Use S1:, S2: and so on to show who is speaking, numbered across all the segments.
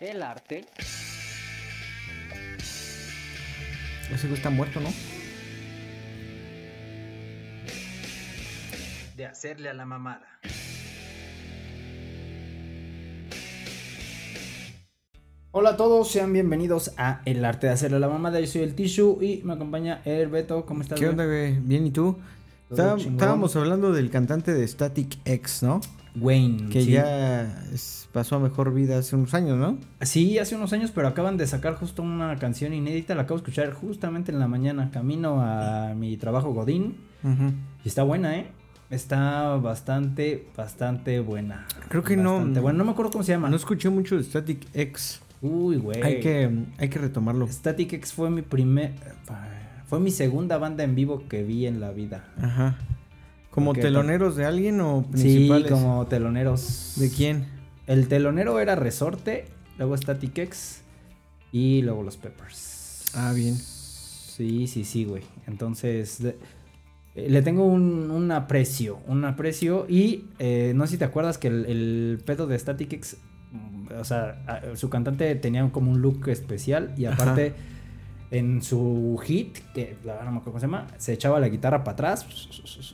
S1: el arte.
S2: Ese que está muerto, ¿no?
S3: de hacerle a la mamada.
S2: Hola a todos, sean bienvenidos a El Arte de Hacerle a la Mamada. Yo soy el Tishu y me acompaña Herbeto. ¿Cómo estás?
S4: ¿Qué
S2: güey?
S4: onda, güey? Bien, ¿y tú?
S2: Todo
S4: Estáb-
S2: chingón.
S4: estábamos hablando del cantante de Static X, ¿no?
S2: Wayne.
S4: Que
S2: sí.
S4: ya es- pasó a mejor vida hace unos años, ¿no?
S2: Sí, hace unos años, pero acaban de sacar justo una canción inédita. La acabo de escuchar justamente en la mañana, camino a mi trabajo Godín. Y está buena, ¿eh? Está bastante, bastante buena.
S4: Creo que no-
S2: Bastante buena. No me acuerdo cómo se llama.
S4: No escuché mucho de Static X.
S2: Uy, güey.
S4: Hay que, hay que retomarlo.
S2: Static X fue mi primer. Fue mi segunda banda en vivo que vi en la vida.
S4: Ajá. ¿Como
S2: Ok,
S4: teloneros de alguien o
S2: Sí,
S4: principales?
S2: como teloneros.
S4: ¿De quién?
S2: El telonero era Resorte, luego Static X y luego los Peppers.
S4: Ah, bien.
S2: Sí, sí, sí, güey. Entonces, de- eh, le tengo un, un aprecio, un aprecio. Y eh, no sé si te acuerdas que el, el pedo de Static X, mm, o sea, a- su cantante tenía como un look especial y aparte... En su hit, que la verdad no me acuerdo cómo se llama, se echaba la guitarra para atrás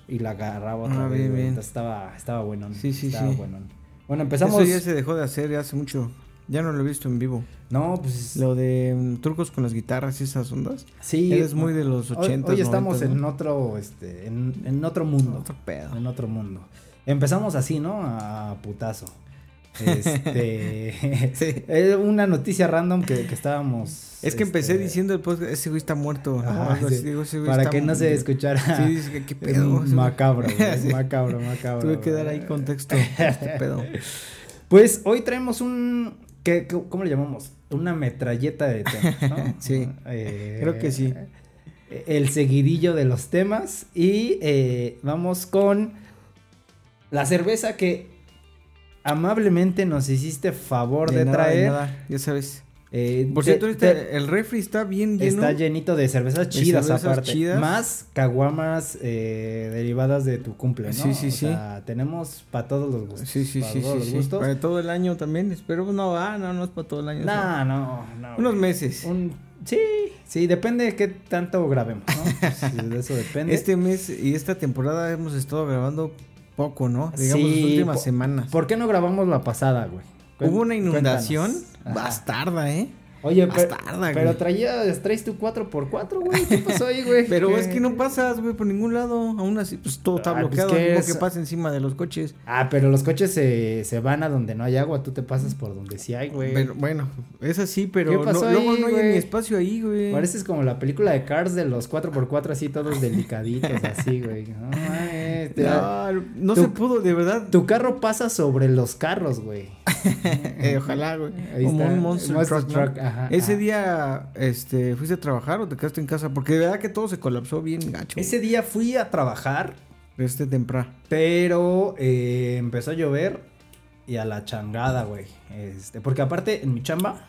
S2: y la agarraba otra
S4: Ah,
S2: vez.
S4: bien,
S2: güey.
S4: bien.
S2: Entonces Estaba, estaba bueno.
S4: Sí, sí,
S2: estaba
S4: sí.
S2: Bueno. bueno, empezamos.
S4: Eso ya se dejó de hacer ya hace mucho. Ya no lo he visto en vivo.
S2: No, pues.
S4: Lo de mm, turcos con las guitarras y esas ondas.
S2: Sí.
S4: Eres muy de los
S2: Hoy-
S4: 80.
S2: Hoy, estamos en otro, este, en, en otro mundo.
S4: Otro pedo.
S2: En otro mundo. Empezamos así, ¿no? A putazo. Este.
S4: Sí.
S2: es una noticia random que, que estábamos.
S4: Es que empecé
S2: este,
S4: diciendo el podcast, ese güey está muerto.
S2: Ajá,
S4: ¿no? Algo
S2: sí.
S4: así, digo, ese güey
S2: Para
S4: está
S2: que no se
S4: mu-
S2: escuchara.
S4: Sí, dice que qué
S2: eh,
S4: pedo. ese güey.
S2: macabro, güey,
S4: Sí.
S2: macabro, macabro.
S4: Tuve que dar ahí
S2: güey.
S4: contexto. Este pedo.
S2: Pues hoy traemos un. ¿qué, qué- cómo le llamamos? Una metralleta de temas, ¿no?
S4: Sí,
S2: Eh,
S4: creo que sí.
S2: El seguidillo de los temas. Y eh, vamos con la cerveza que amablemente nos hiciste favor de,
S4: nada,
S2: traer.
S4: nada, ya sabes.
S2: Eh,
S4: Por
S2: te-
S4: cierto, ahorita
S2: te-
S4: el refri está bien lleno.
S2: Está llenito de cervezas chidas
S4: cervezas
S2: aparte.
S4: chidas.
S2: Más caguamas eh, derivadas de tu cumple, ¿no?
S4: Sí, sí,
S2: O
S4: sí.
S2: sea, tenemos para todos los gustos.
S4: Sí, sí,
S2: pa'
S4: sí,
S2: todos
S4: sí,
S2: los
S4: sí.
S2: gustos.
S4: Para todo el año también, espero. No, ah, no, no es para todo el año.
S2: No, no, no.
S4: Unos
S2: güey.
S4: meses.
S2: Un- sí, sí, depende de qué tanto grabemos, ¿no? Sí, de eso depende.
S4: Este mes y esta temporada hemos estado grabando poco, ¿no? Digamos
S2: Sí,
S4: las últimas
S2: po-
S4: semanas.
S2: ¿Por qué no grabamos la pasada, güey? Cuen-
S4: Hubo una inundación
S2: cuéntanos. Ajá.
S4: bastarda, ¿eh?
S2: Oye, pero,
S4: bastarda,
S2: pero
S4: güey.
S2: traías, traes tu 4x4, güey. ¿Qué pasó ahí, güey?
S4: Pero
S2: ¿Qué?
S4: es que no pasas, güey, por ningún lado. Aún así, pues todo está
S2: Ah, pues,
S4: bloqueado.
S2: ¿qué
S4: Lo
S2: es?
S4: que pasa encima de los coches.
S2: Ah, pero los coches se, se van a donde no hay agua. Tú te pasas por donde sí hay, güey.
S4: Pero, bueno, es así, pero
S2: ¿Qué
S4: no-
S2: pasó
S4: luego
S2: ahí,
S4: no hay
S2: güey?
S4: ni espacio ahí, güey.
S2: Pareces como la película de Cars de los 4x4, así todos delicaditos, así, güey. No, mames, te-
S4: Ah, no
S2: tu-
S4: se pudo, de verdad.
S2: Tu carro pasa sobre los carros, güey.
S4: Eh, ojalá, güey.
S2: Ahí
S4: Como
S2: está,
S4: un monster,
S2: Monster
S4: truck. ¿no?
S2: Truck, ajá,
S4: Ese
S2: ajá.
S4: día, este, ¿fuiste a trabajar o te quedaste en casa? Porque de verdad que todo se colapsó bien gacho.
S2: Ese día fui a trabajar,
S4: güey. Este temprano.
S2: pero eh, empezó a llover y a la changada, güey. Este, porque aparte en mi chamba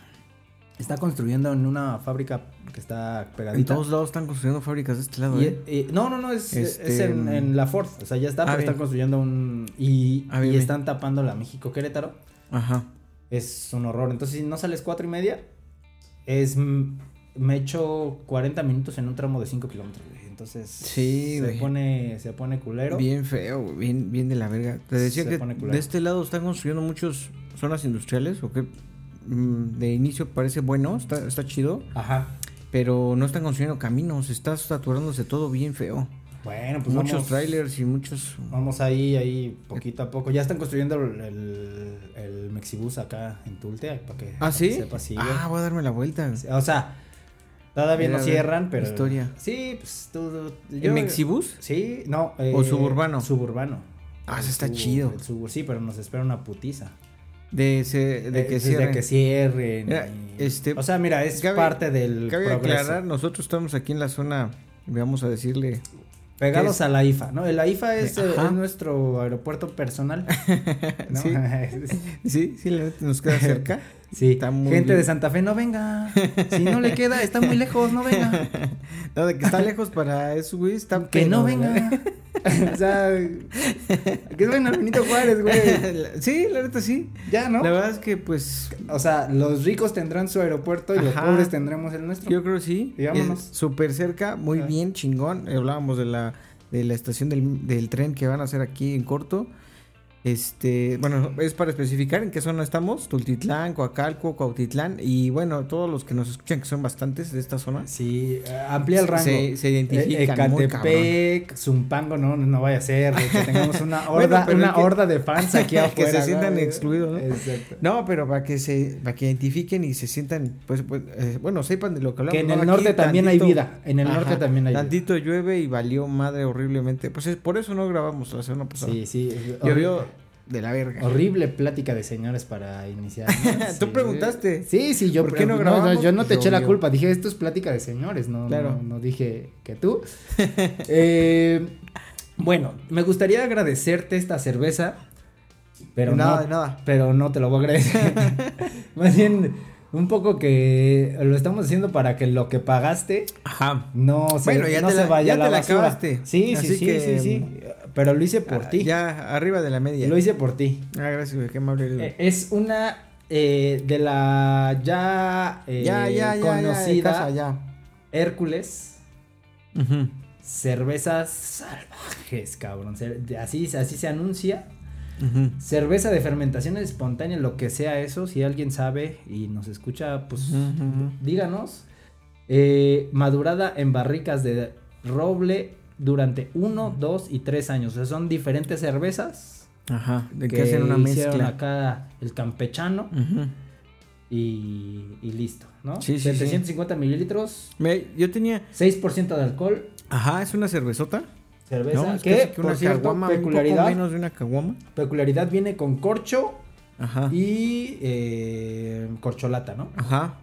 S2: está construyendo en una fábrica que está
S4: En
S2: pegadita.
S4: todos lados están construyendo fábricas de este lado,
S2: Y-
S4: ¿eh?
S2: y- no, no, no, es,
S4: Este,
S2: es en, en la Ford. O sea, ya está,
S4: ah,
S2: pero
S4: bien.
S2: están construyendo un. Y,
S4: Ah,
S2: y
S4: bien, bien.
S2: están tapando la México Querétaro.
S4: Ajá.
S2: Es un horror. Entonces, si no sales cuatro y media, es. m- Me echo 40 minutos en un tramo de 5 kilómetros, güey. Entonces.
S4: Sí,
S2: se
S4: güey.
S2: pone Se pone culero.
S4: Bien feo, güey, bien, bien de la verga. Te decía
S2: Se
S4: que
S2: pone culero.
S4: de este lado están construyendo muchas zonas industriales, o que mm, de inicio parece bueno, está, está chido,
S2: Ajá.
S4: pero no están construyendo caminos, está saturándose todo bien feo.
S2: Bueno, pues
S4: muchos
S2: vamos,
S4: trailers y muchos...
S2: Vamos ahí, ahí, poquito
S4: Eh.
S2: a poco. Ya están construyendo el, el, el Mexibus acá en Tultea. Para que,
S4: ¿Ah,
S2: para
S4: sí?
S2: que sepas, sí, güey.
S4: ah, voy a darme la vuelta.
S2: Sí, O sea, todavía
S4: Mira,
S2: no
S4: a ver,
S2: cierran, pero.
S4: historia.
S2: Sí, pues tú. tú-
S4: ¿El
S2: yo-
S4: Mexibus?
S2: Sí, no. eh,
S4: ¿O suburbano?
S2: Suburbano.
S4: Ah,
S2: El
S4: ese está
S2: sub-
S4: chido.
S2: el subur- sí, pero nos espera una putiza.
S4: De, ese- de
S2: Eh,
S4: que
S2: desde
S4: cierren.
S2: que cierren.
S4: Mira,
S2: y-
S4: este,
S2: o sea, mira, es
S4: cabe-
S2: parte del
S4: Cabe
S2: progreso.
S4: aclarar, nosotros estamos aquí en la zona, vamos a decirle...
S2: Pegados
S4: es-
S2: a la IFA, ¿no? La IFA es,
S4: Eh,
S2: eh,
S4: ajá.
S2: es nuestro aeropuerto personal. ¿no?
S4: Sí. Sí, sí, la neta, nos queda cerca.
S2: Sí.
S4: Está muy
S2: gente de
S4: bien.
S2: Santa Fe, no venga. Si no le queda, está muy lejos, no venga.
S4: No, de que está lejos para eso, güey, está...
S2: Que no
S4: pero-
S2: venga. o sea, que es bueno Benito Juárez, güey.
S4: sí, la neta sí.
S2: Ya, ¿no?
S4: La verdad es que pues
S2: O sea, los ricos tendrán su aeropuerto y los
S4: Ajá.
S2: pobres tendremos el nuestro.
S4: yo creo que sí.
S2: Y vámonos.
S4: Es Súper cerca, muy
S2: Ah.
S4: bien, chingón. Eh, Hablábamos de la de la estación del, del tren que van a hacer aquí en corto. Este, bueno, es para especificar en qué zona estamos, Tultitlán, Coacalco, Cuautitlán y bueno, todos los que nos escuchan que son bastantes de esta zona.
S2: Sí, eh, amplía el rango. Eh,
S4: Se, se identifican muy cabrón.
S2: Ecatepec, Zumpango, no, no vaya a ser, güey, que tengamos una
S4: Bueno,
S2: horda,
S4: pero
S2: una
S4: es que-
S2: horda de fans aquí
S4: que se
S2: afuera. ¿no?
S4: sientan excluidos, ¿no?
S2: Exacto.
S4: No, pero para que se, para que identifiquen y se sientan, pues, pues, eh, bueno, sepan de lo que hablamos.
S2: Que en
S4: ¿no?
S2: el
S4: Aquí
S2: norte también hay
S4: tantito-
S2: vida. En el
S4: Ajá,
S2: norte también hay vida.
S4: Tantito llueve y valió madre horriblemente. Pues es por eso no grabamos la semana pasada.
S2: Sí, sí.
S4: Llovió de la verga.
S2: Horrible plática de señores para iniciar. ¿no?
S4: Tú
S2: Sí.
S4: preguntaste.
S2: Sí, sí, yo
S4: ¿Por qué no
S2: pregun-
S4: grabamos?
S2: yo no te eché la
S4: Llovió.
S2: culpa, dije, esto es plática de señores, no,
S4: Claro.
S2: no, no dije que tú. Eh, bueno, me gustaría agradecerte esta cerveza, pero
S4: De nada,
S2: no,
S4: de nada.
S2: pero no te lo voy a agradecer. Más bien, un poco que lo estamos haciendo para que lo que pagaste
S4: Ajá.
S2: no se,
S4: Bueno, ya
S2: no
S4: te
S2: se
S4: la-
S2: vaya
S4: ya
S2: a la
S4: te la
S2: basura.
S4: acabaste.
S2: Sí, sí,
S4: Así
S2: sí,
S4: que, mm, ah,
S2: sí, sí. Pero lo hice por ti.
S4: Ya arriba de la media.
S2: Lo hice por ti.
S4: Ah, gracias, güey, qué amable eres, güey.
S2: Eh, Es una eh, de la ya, eh,
S4: ya, ya, ya, ya, de
S2: conocida
S4: casa, ya.
S2: Hércules
S4: Ujú.
S2: Cervezas Salvajes, cabrón. Cer- de- Así, así se anuncia.
S4: Ujú.
S2: Cerveza de fermentación espontánea, lo que sea eso. Si alguien sabe y nos escucha, pues
S4: Ujú, ujú.
S2: díganos. Eh, madurada en barricas de roble durante uno, dos y tres años. O sea, son diferentes cervezas
S4: Ajá. De que hacen una
S2: hicieron
S4: mezcla.
S2: acá el campechano.
S4: Ujú.
S2: y, y listo, ¿no?
S4: Sí, sí, sí.
S2: 750 mililitros,
S4: Mira, yo tenía.
S2: 6% de alcohol,
S4: Ajá, es una cervezota.
S2: cerveza,
S4: Es
S2: que,
S4: casi
S2: por cierto,
S4: un poco
S2: peculiaridad,
S4: menos de una caguama.
S2: peculiaridad viene con corcho
S4: Ajá.
S2: y eh, corcholata, ¿no?
S4: Ajá.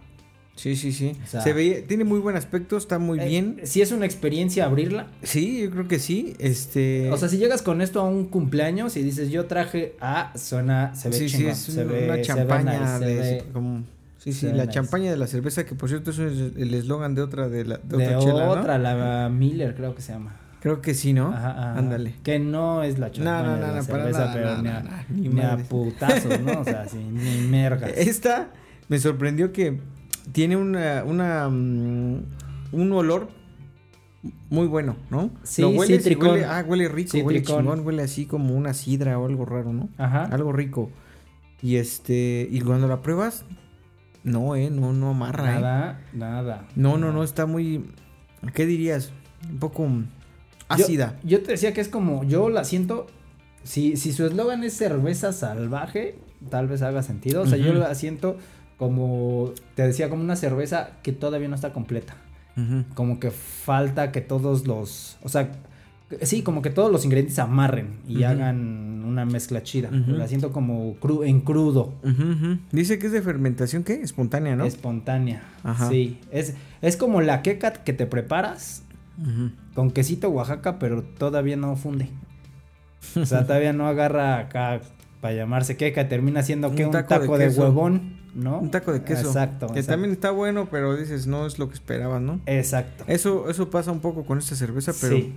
S4: Sí, sí, sí.
S2: O sea-
S4: se veía, tiene muy buen aspecto, está muy bien.
S2: si Eh, es una experiencia abrirla.
S4: Sí, yo creo que sí. Este.
S2: O sea, si llegas con esto a un cumpleaños y dices, yo traje a zona, se ve
S4: sí,
S2: chingón,
S4: sí, es
S2: se
S4: una,
S2: ve-
S4: una
S2: se ve
S4: champaña
S2: nice, se
S4: de.
S2: ve-
S4: como- sí,
S2: se
S4: sí,
S2: ve
S4: la
S2: nice.
S4: champaña de la cerveza, que por cierto, eso es el eslogan de otra de la de
S2: de
S4: otra chela, ¿no?
S2: otra, la Miller creo que se llama.
S4: Creo que sí, ¿no?
S2: Ajá, ajá.
S4: Ándale.
S2: Que no es la champaña
S4: no,
S2: de la
S4: no, no, para
S2: cerveza,
S4: nada,
S2: pero
S4: no,
S2: ni,
S4: no,
S2: a,
S4: no, ni
S2: ni, a
S4: madres.
S2: putazos, ¿no? O sea, sí, ni mergas.
S4: Esta me sorprendió que tiene una, una mm, un olor muy bueno, ¿no?
S2: Sí,
S4: Lo hueles y
S2: citricón.
S4: huele- ah, huele rico, huele
S2: Citricón.
S4: chingón, huele así como una sidra o algo raro, ¿no?
S2: Ajá.
S4: Algo rico. Y este, y cuando la pruebas, no, eh, no, no amarra, eh.
S2: Nada, nada.
S4: No, no, no, está muy. ¿Qué dirías? Un poco mm,
S2: Yo-
S4: ácida.
S2: Yo, te decía que es como, yo la siento, si, si su eslogan es cerveza salvaje, tal vez haga sentido. O sea, yo
S4: Ujú.
S2: la siento como, te decía, como una cerveza que todavía no está completa.
S4: Ujú.
S2: Como que falta que todos los, o sea, que- sí, como que todos los ingredientes amarren y
S4: Ujú.
S2: hagan una mezcla chida.
S4: Ujú.
S2: La siento como cru- en crudo.
S4: Ujú, ujú. Dice que es de fermentación, ¿qué? Espontánea, ¿no?
S2: Espontánea.
S4: Ajá.
S2: Sí. Es, es como la queca que te preparas
S4: Ujú.
S2: con quesito Oaxaca, pero todavía no funde. O sea, todavía no agarra acá para llamarse queca. Termina siendo
S4: Un
S2: que un
S4: taco
S2: taco,
S4: de
S2: de,
S4: queso.
S2: huevón, ¿no?
S4: Un taco de queso.
S2: Exacto.
S4: Que
S2: exacto.
S4: también está bueno, pero dices, no es lo que esperabas, ¿no?
S2: Exacto.
S4: Eso, eso pasa un poco con esta cerveza, pero
S2: Sí.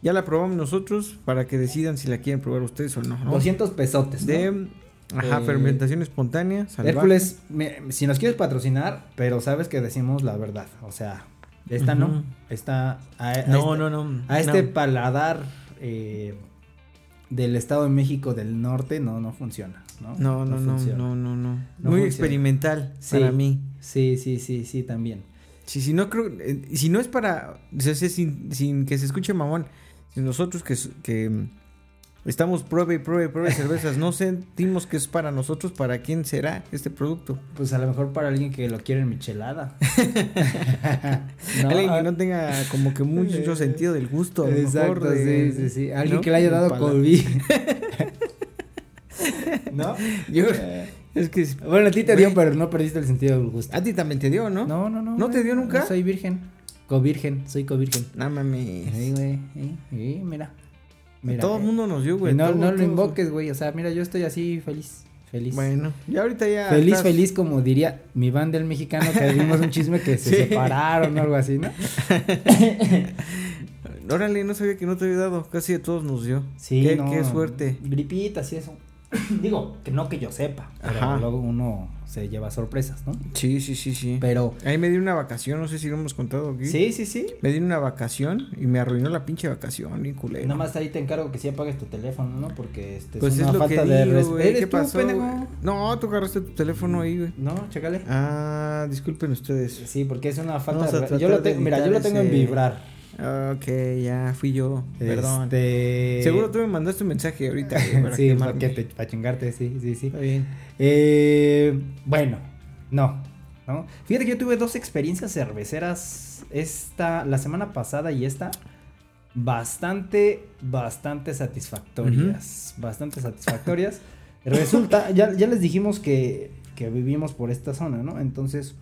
S4: ya la probamos nosotros para que decidan si la quieren probar ustedes o no. ¿no?
S2: 200 pesotes. ¿no?
S4: de ajá,
S2: Eh,
S4: fermentación espontánea, salvaje.
S2: Hércules, me- si nos quieres patrocinar, pero sabes que decimos la verdad. O sea, esta
S4: Ujú.
S2: no. Esta. A, a
S4: No,
S2: esta-
S4: no, no.
S2: A este
S4: no.
S2: paladar eh, del Estado de México del Norte no, no funciona, ¿no?
S4: No, no, no,
S2: funciona.
S4: no, no, no.
S2: No
S4: Muy
S2: funciona.
S4: experimental
S2: Sí.
S4: para mí.
S2: Sí, sí, sí, sí, también.
S4: Si, si no creo, eh, si no es para, o sea, si- sin, sin que se escuche mamón, si nosotros que, s- que mm, estamos pruebe y pruebe y pruebe cervezas, no sentimos que es para nosotros, ¿para quién será este producto?
S2: Pues a lo mejor para alguien que lo quiere en michelada. ¿No? ah,
S4: Alguien que no tenga como que mucho sentido del gusto. a lo
S2: Exacto,
S4: mejor, de-
S2: sí, sí, sí. Alguien
S4: ¿no?
S2: que le haya dado
S4: Pala-
S2: COVID. ¿No? Eh.
S4: Yo- es que es-
S2: Bueno, a ti te dio, pero no perdiste el sentido del gusto.
S4: a ti también te dio, ¿no?
S2: No, no, no.
S4: ¿No te
S2: güey,
S4: dio nunca?
S2: Soy virgen. Covirgen, soy covirgen.
S4: No mames.
S2: Sí, güey. Sí, sí, mira. Mira.
S4: todo el
S2: eh,
S4: mundo nos dio, güey.
S2: Y no,
S4: todo-
S2: no
S4: todo-
S2: lo invoques, güey. O sea, mira, yo estoy así feliz. Feliz.
S4: Bueno, ya ahorita ya.
S2: feliz,
S4: estás-
S2: feliz, como diría mi banda el mexicano, que vimos un chisme que se
S4: Sí.
S2: separaron o algo así, ¿no?
S4: Órale, no sabía que no te había dado. Casi a todos nos dio.
S2: Sí,
S4: Qué,
S2: no,
S4: qué suerte.
S2: Gripitas y eso. Digo, que no que yo sepa, pero
S4: Ajá.
S2: luego uno se lleva sorpresas, ¿no?
S4: Sí, sí, sí, sí.
S2: Pero
S4: Ahí me dieron una vacación, no sé si lo hemos contado aquí.
S2: sí, sí, sí.
S4: Me dieron una vacación y me arruinó la pinche vacación, bien culero.
S2: Nada más ahí te encargo que sí apagues tu teléfono, ¿no? Porque este,
S4: Pues es
S2: una
S4: lo
S2: falta
S4: que
S2: de
S4: digo,
S2: respeto.
S4: güey.
S2: ¿Eres
S4: ¿Qué
S2: tú,
S4: pasó?
S2: pendejo?
S4: güey? No, tú agarraste tu teléfono ahí, güey.
S2: No, chécale.
S4: Ah, disculpen ustedes.
S2: Sí, porque es una falta
S4: Vamos a
S2: de respeto.
S4: tratar
S2: Yo lo
S4: de
S2: tengo, mira, yo
S4: evitar
S2: lo tengo en
S4: ese-
S2: vibrar.
S4: Ok, ya fui yo. Perdón.
S2: Este...
S4: Seguro tú me mandaste un mensaje ahorita. güey, para
S2: sí,
S4: quemarme.
S2: para, que te- para chingarte, sí, sí, sí.
S4: Está bien.
S2: Eh, bueno, no, no. Fíjate que yo tuve dos experiencias cerveceras esta, la semana pasada y esta, bastante, bastante satisfactorias, bastante satisfactorias. Resulta, ya, ya les dijimos que, que vivimos por esta zona, ¿no? Entonces,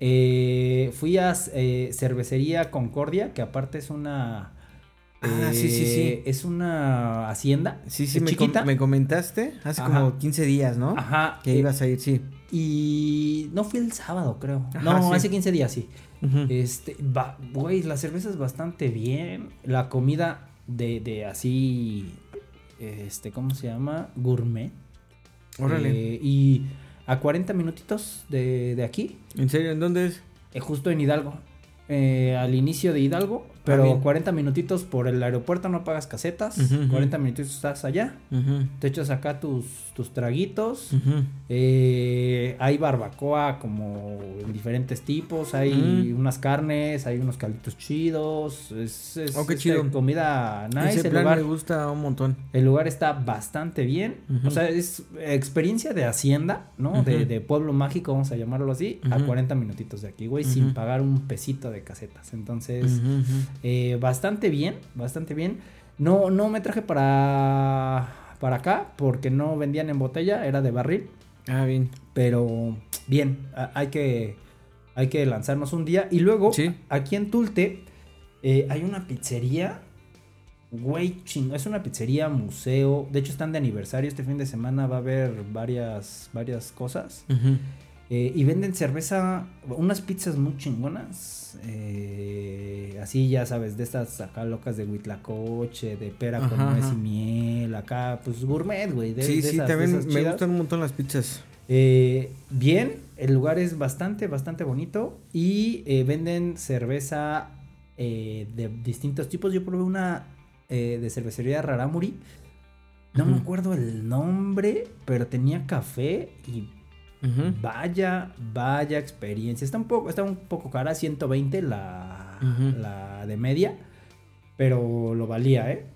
S2: eh, fui a eh, Cervecería Concordia, que aparte es una... eh,
S4: Ah, sí, sí, sí.
S2: Es una hacienda.
S4: Sí, sí,
S2: es
S4: me, com-
S2: chiquita.
S4: me comentaste hace
S2: Ajá.
S4: como 15 días, ¿no?
S2: Ajá.
S4: Que
S2: eh,
S4: ibas a ir, sí.
S2: y no fui el sábado, creo.
S4: Ajá,
S2: no,
S4: sí. Mm.
S2: hace 15 días, sí.
S4: Ujú.
S2: Este, va- güey, la cerveza es bastante bien. La comida de, de así, este, ¿cómo se llama? Gourmet.
S4: Órale.
S2: Eh, y a 40 minutitos de, de aquí,
S4: ¿En serio? ¿En dónde es?
S2: eh, justo en Hidalgo. Eh, al inicio de Hidalgo, pero
S4: Ah, bien.
S2: 40 minutitos por el aeropuerto, no pagas casetas.
S4: Ujú, ujú.
S2: 40 minutitos estás allá.
S4: Ujú,
S2: Te echas acá tus, tus traguitos.
S4: ujú.
S2: Eh, hay barbacoa como en diferentes tipos, hay
S4: Ujú.
S2: unas carnes, hay unos calditos chidos, es, es,
S4: Oh, qué
S2: este,
S4: chido.
S2: comida nice,
S4: Ese
S2: el
S4: plan
S2: lugar,
S4: me gusta un montón.
S2: el lugar está bastante bien,
S4: Ujú.
S2: o sea, es experiencia de hacienda, ¿no? de,
S4: Ujú.
S2: de pueblo mágico, vamos a llamarlo así, a
S4: Ujú.
S2: 40 minutitos de aquí, güey, sin
S4: Ujú.
S2: pagar un pesito de casetas, entonces...
S4: Ujú, ujú.
S2: Eh, bastante bien, bastante bien. No, no me traje para, para acá porque no vendían en botella, era de barril.
S4: Ah, bien.
S2: Pero bien, a- hay que, hay que lanzarnos un día. Y luego,
S4: Sí.
S2: aquí en Tulte, eh, hay una pizzería. Güey, ching- es una pizzería museo. De hecho, están de aniversario. Este fin de semana va a haber varias, varias cosas.
S4: Ujú.
S2: Eh, y venden cerveza, unas pizzas muy chingonas. eh, así, ya sabes, de estas acá locas de huitlacoche, de pera con
S4: Ajá,
S2: nuez
S4: ajá.
S2: y miel. Acá, pues gourmet, güey. de-
S4: Sí,
S2: de
S4: sí,
S2: esas- de
S4: también
S2: esas
S4: me
S2: chidas.
S4: gustan un montón las pizzas.
S2: Eh, bien, el lugar es bastante, bastante bonito y eh, venden cerveza eh, de distintos tipos. Yo probé una eh, de cervecería Raramuri. No me
S4: Ujú.
S2: acuerdo el nombre, pero tenía café y
S4: Ujú.
S2: vaya, vaya experiencia. Está un poco, está un poco cara, 120 la,
S4: Ujú.
S2: la de media, pero lo valía, ¿eh?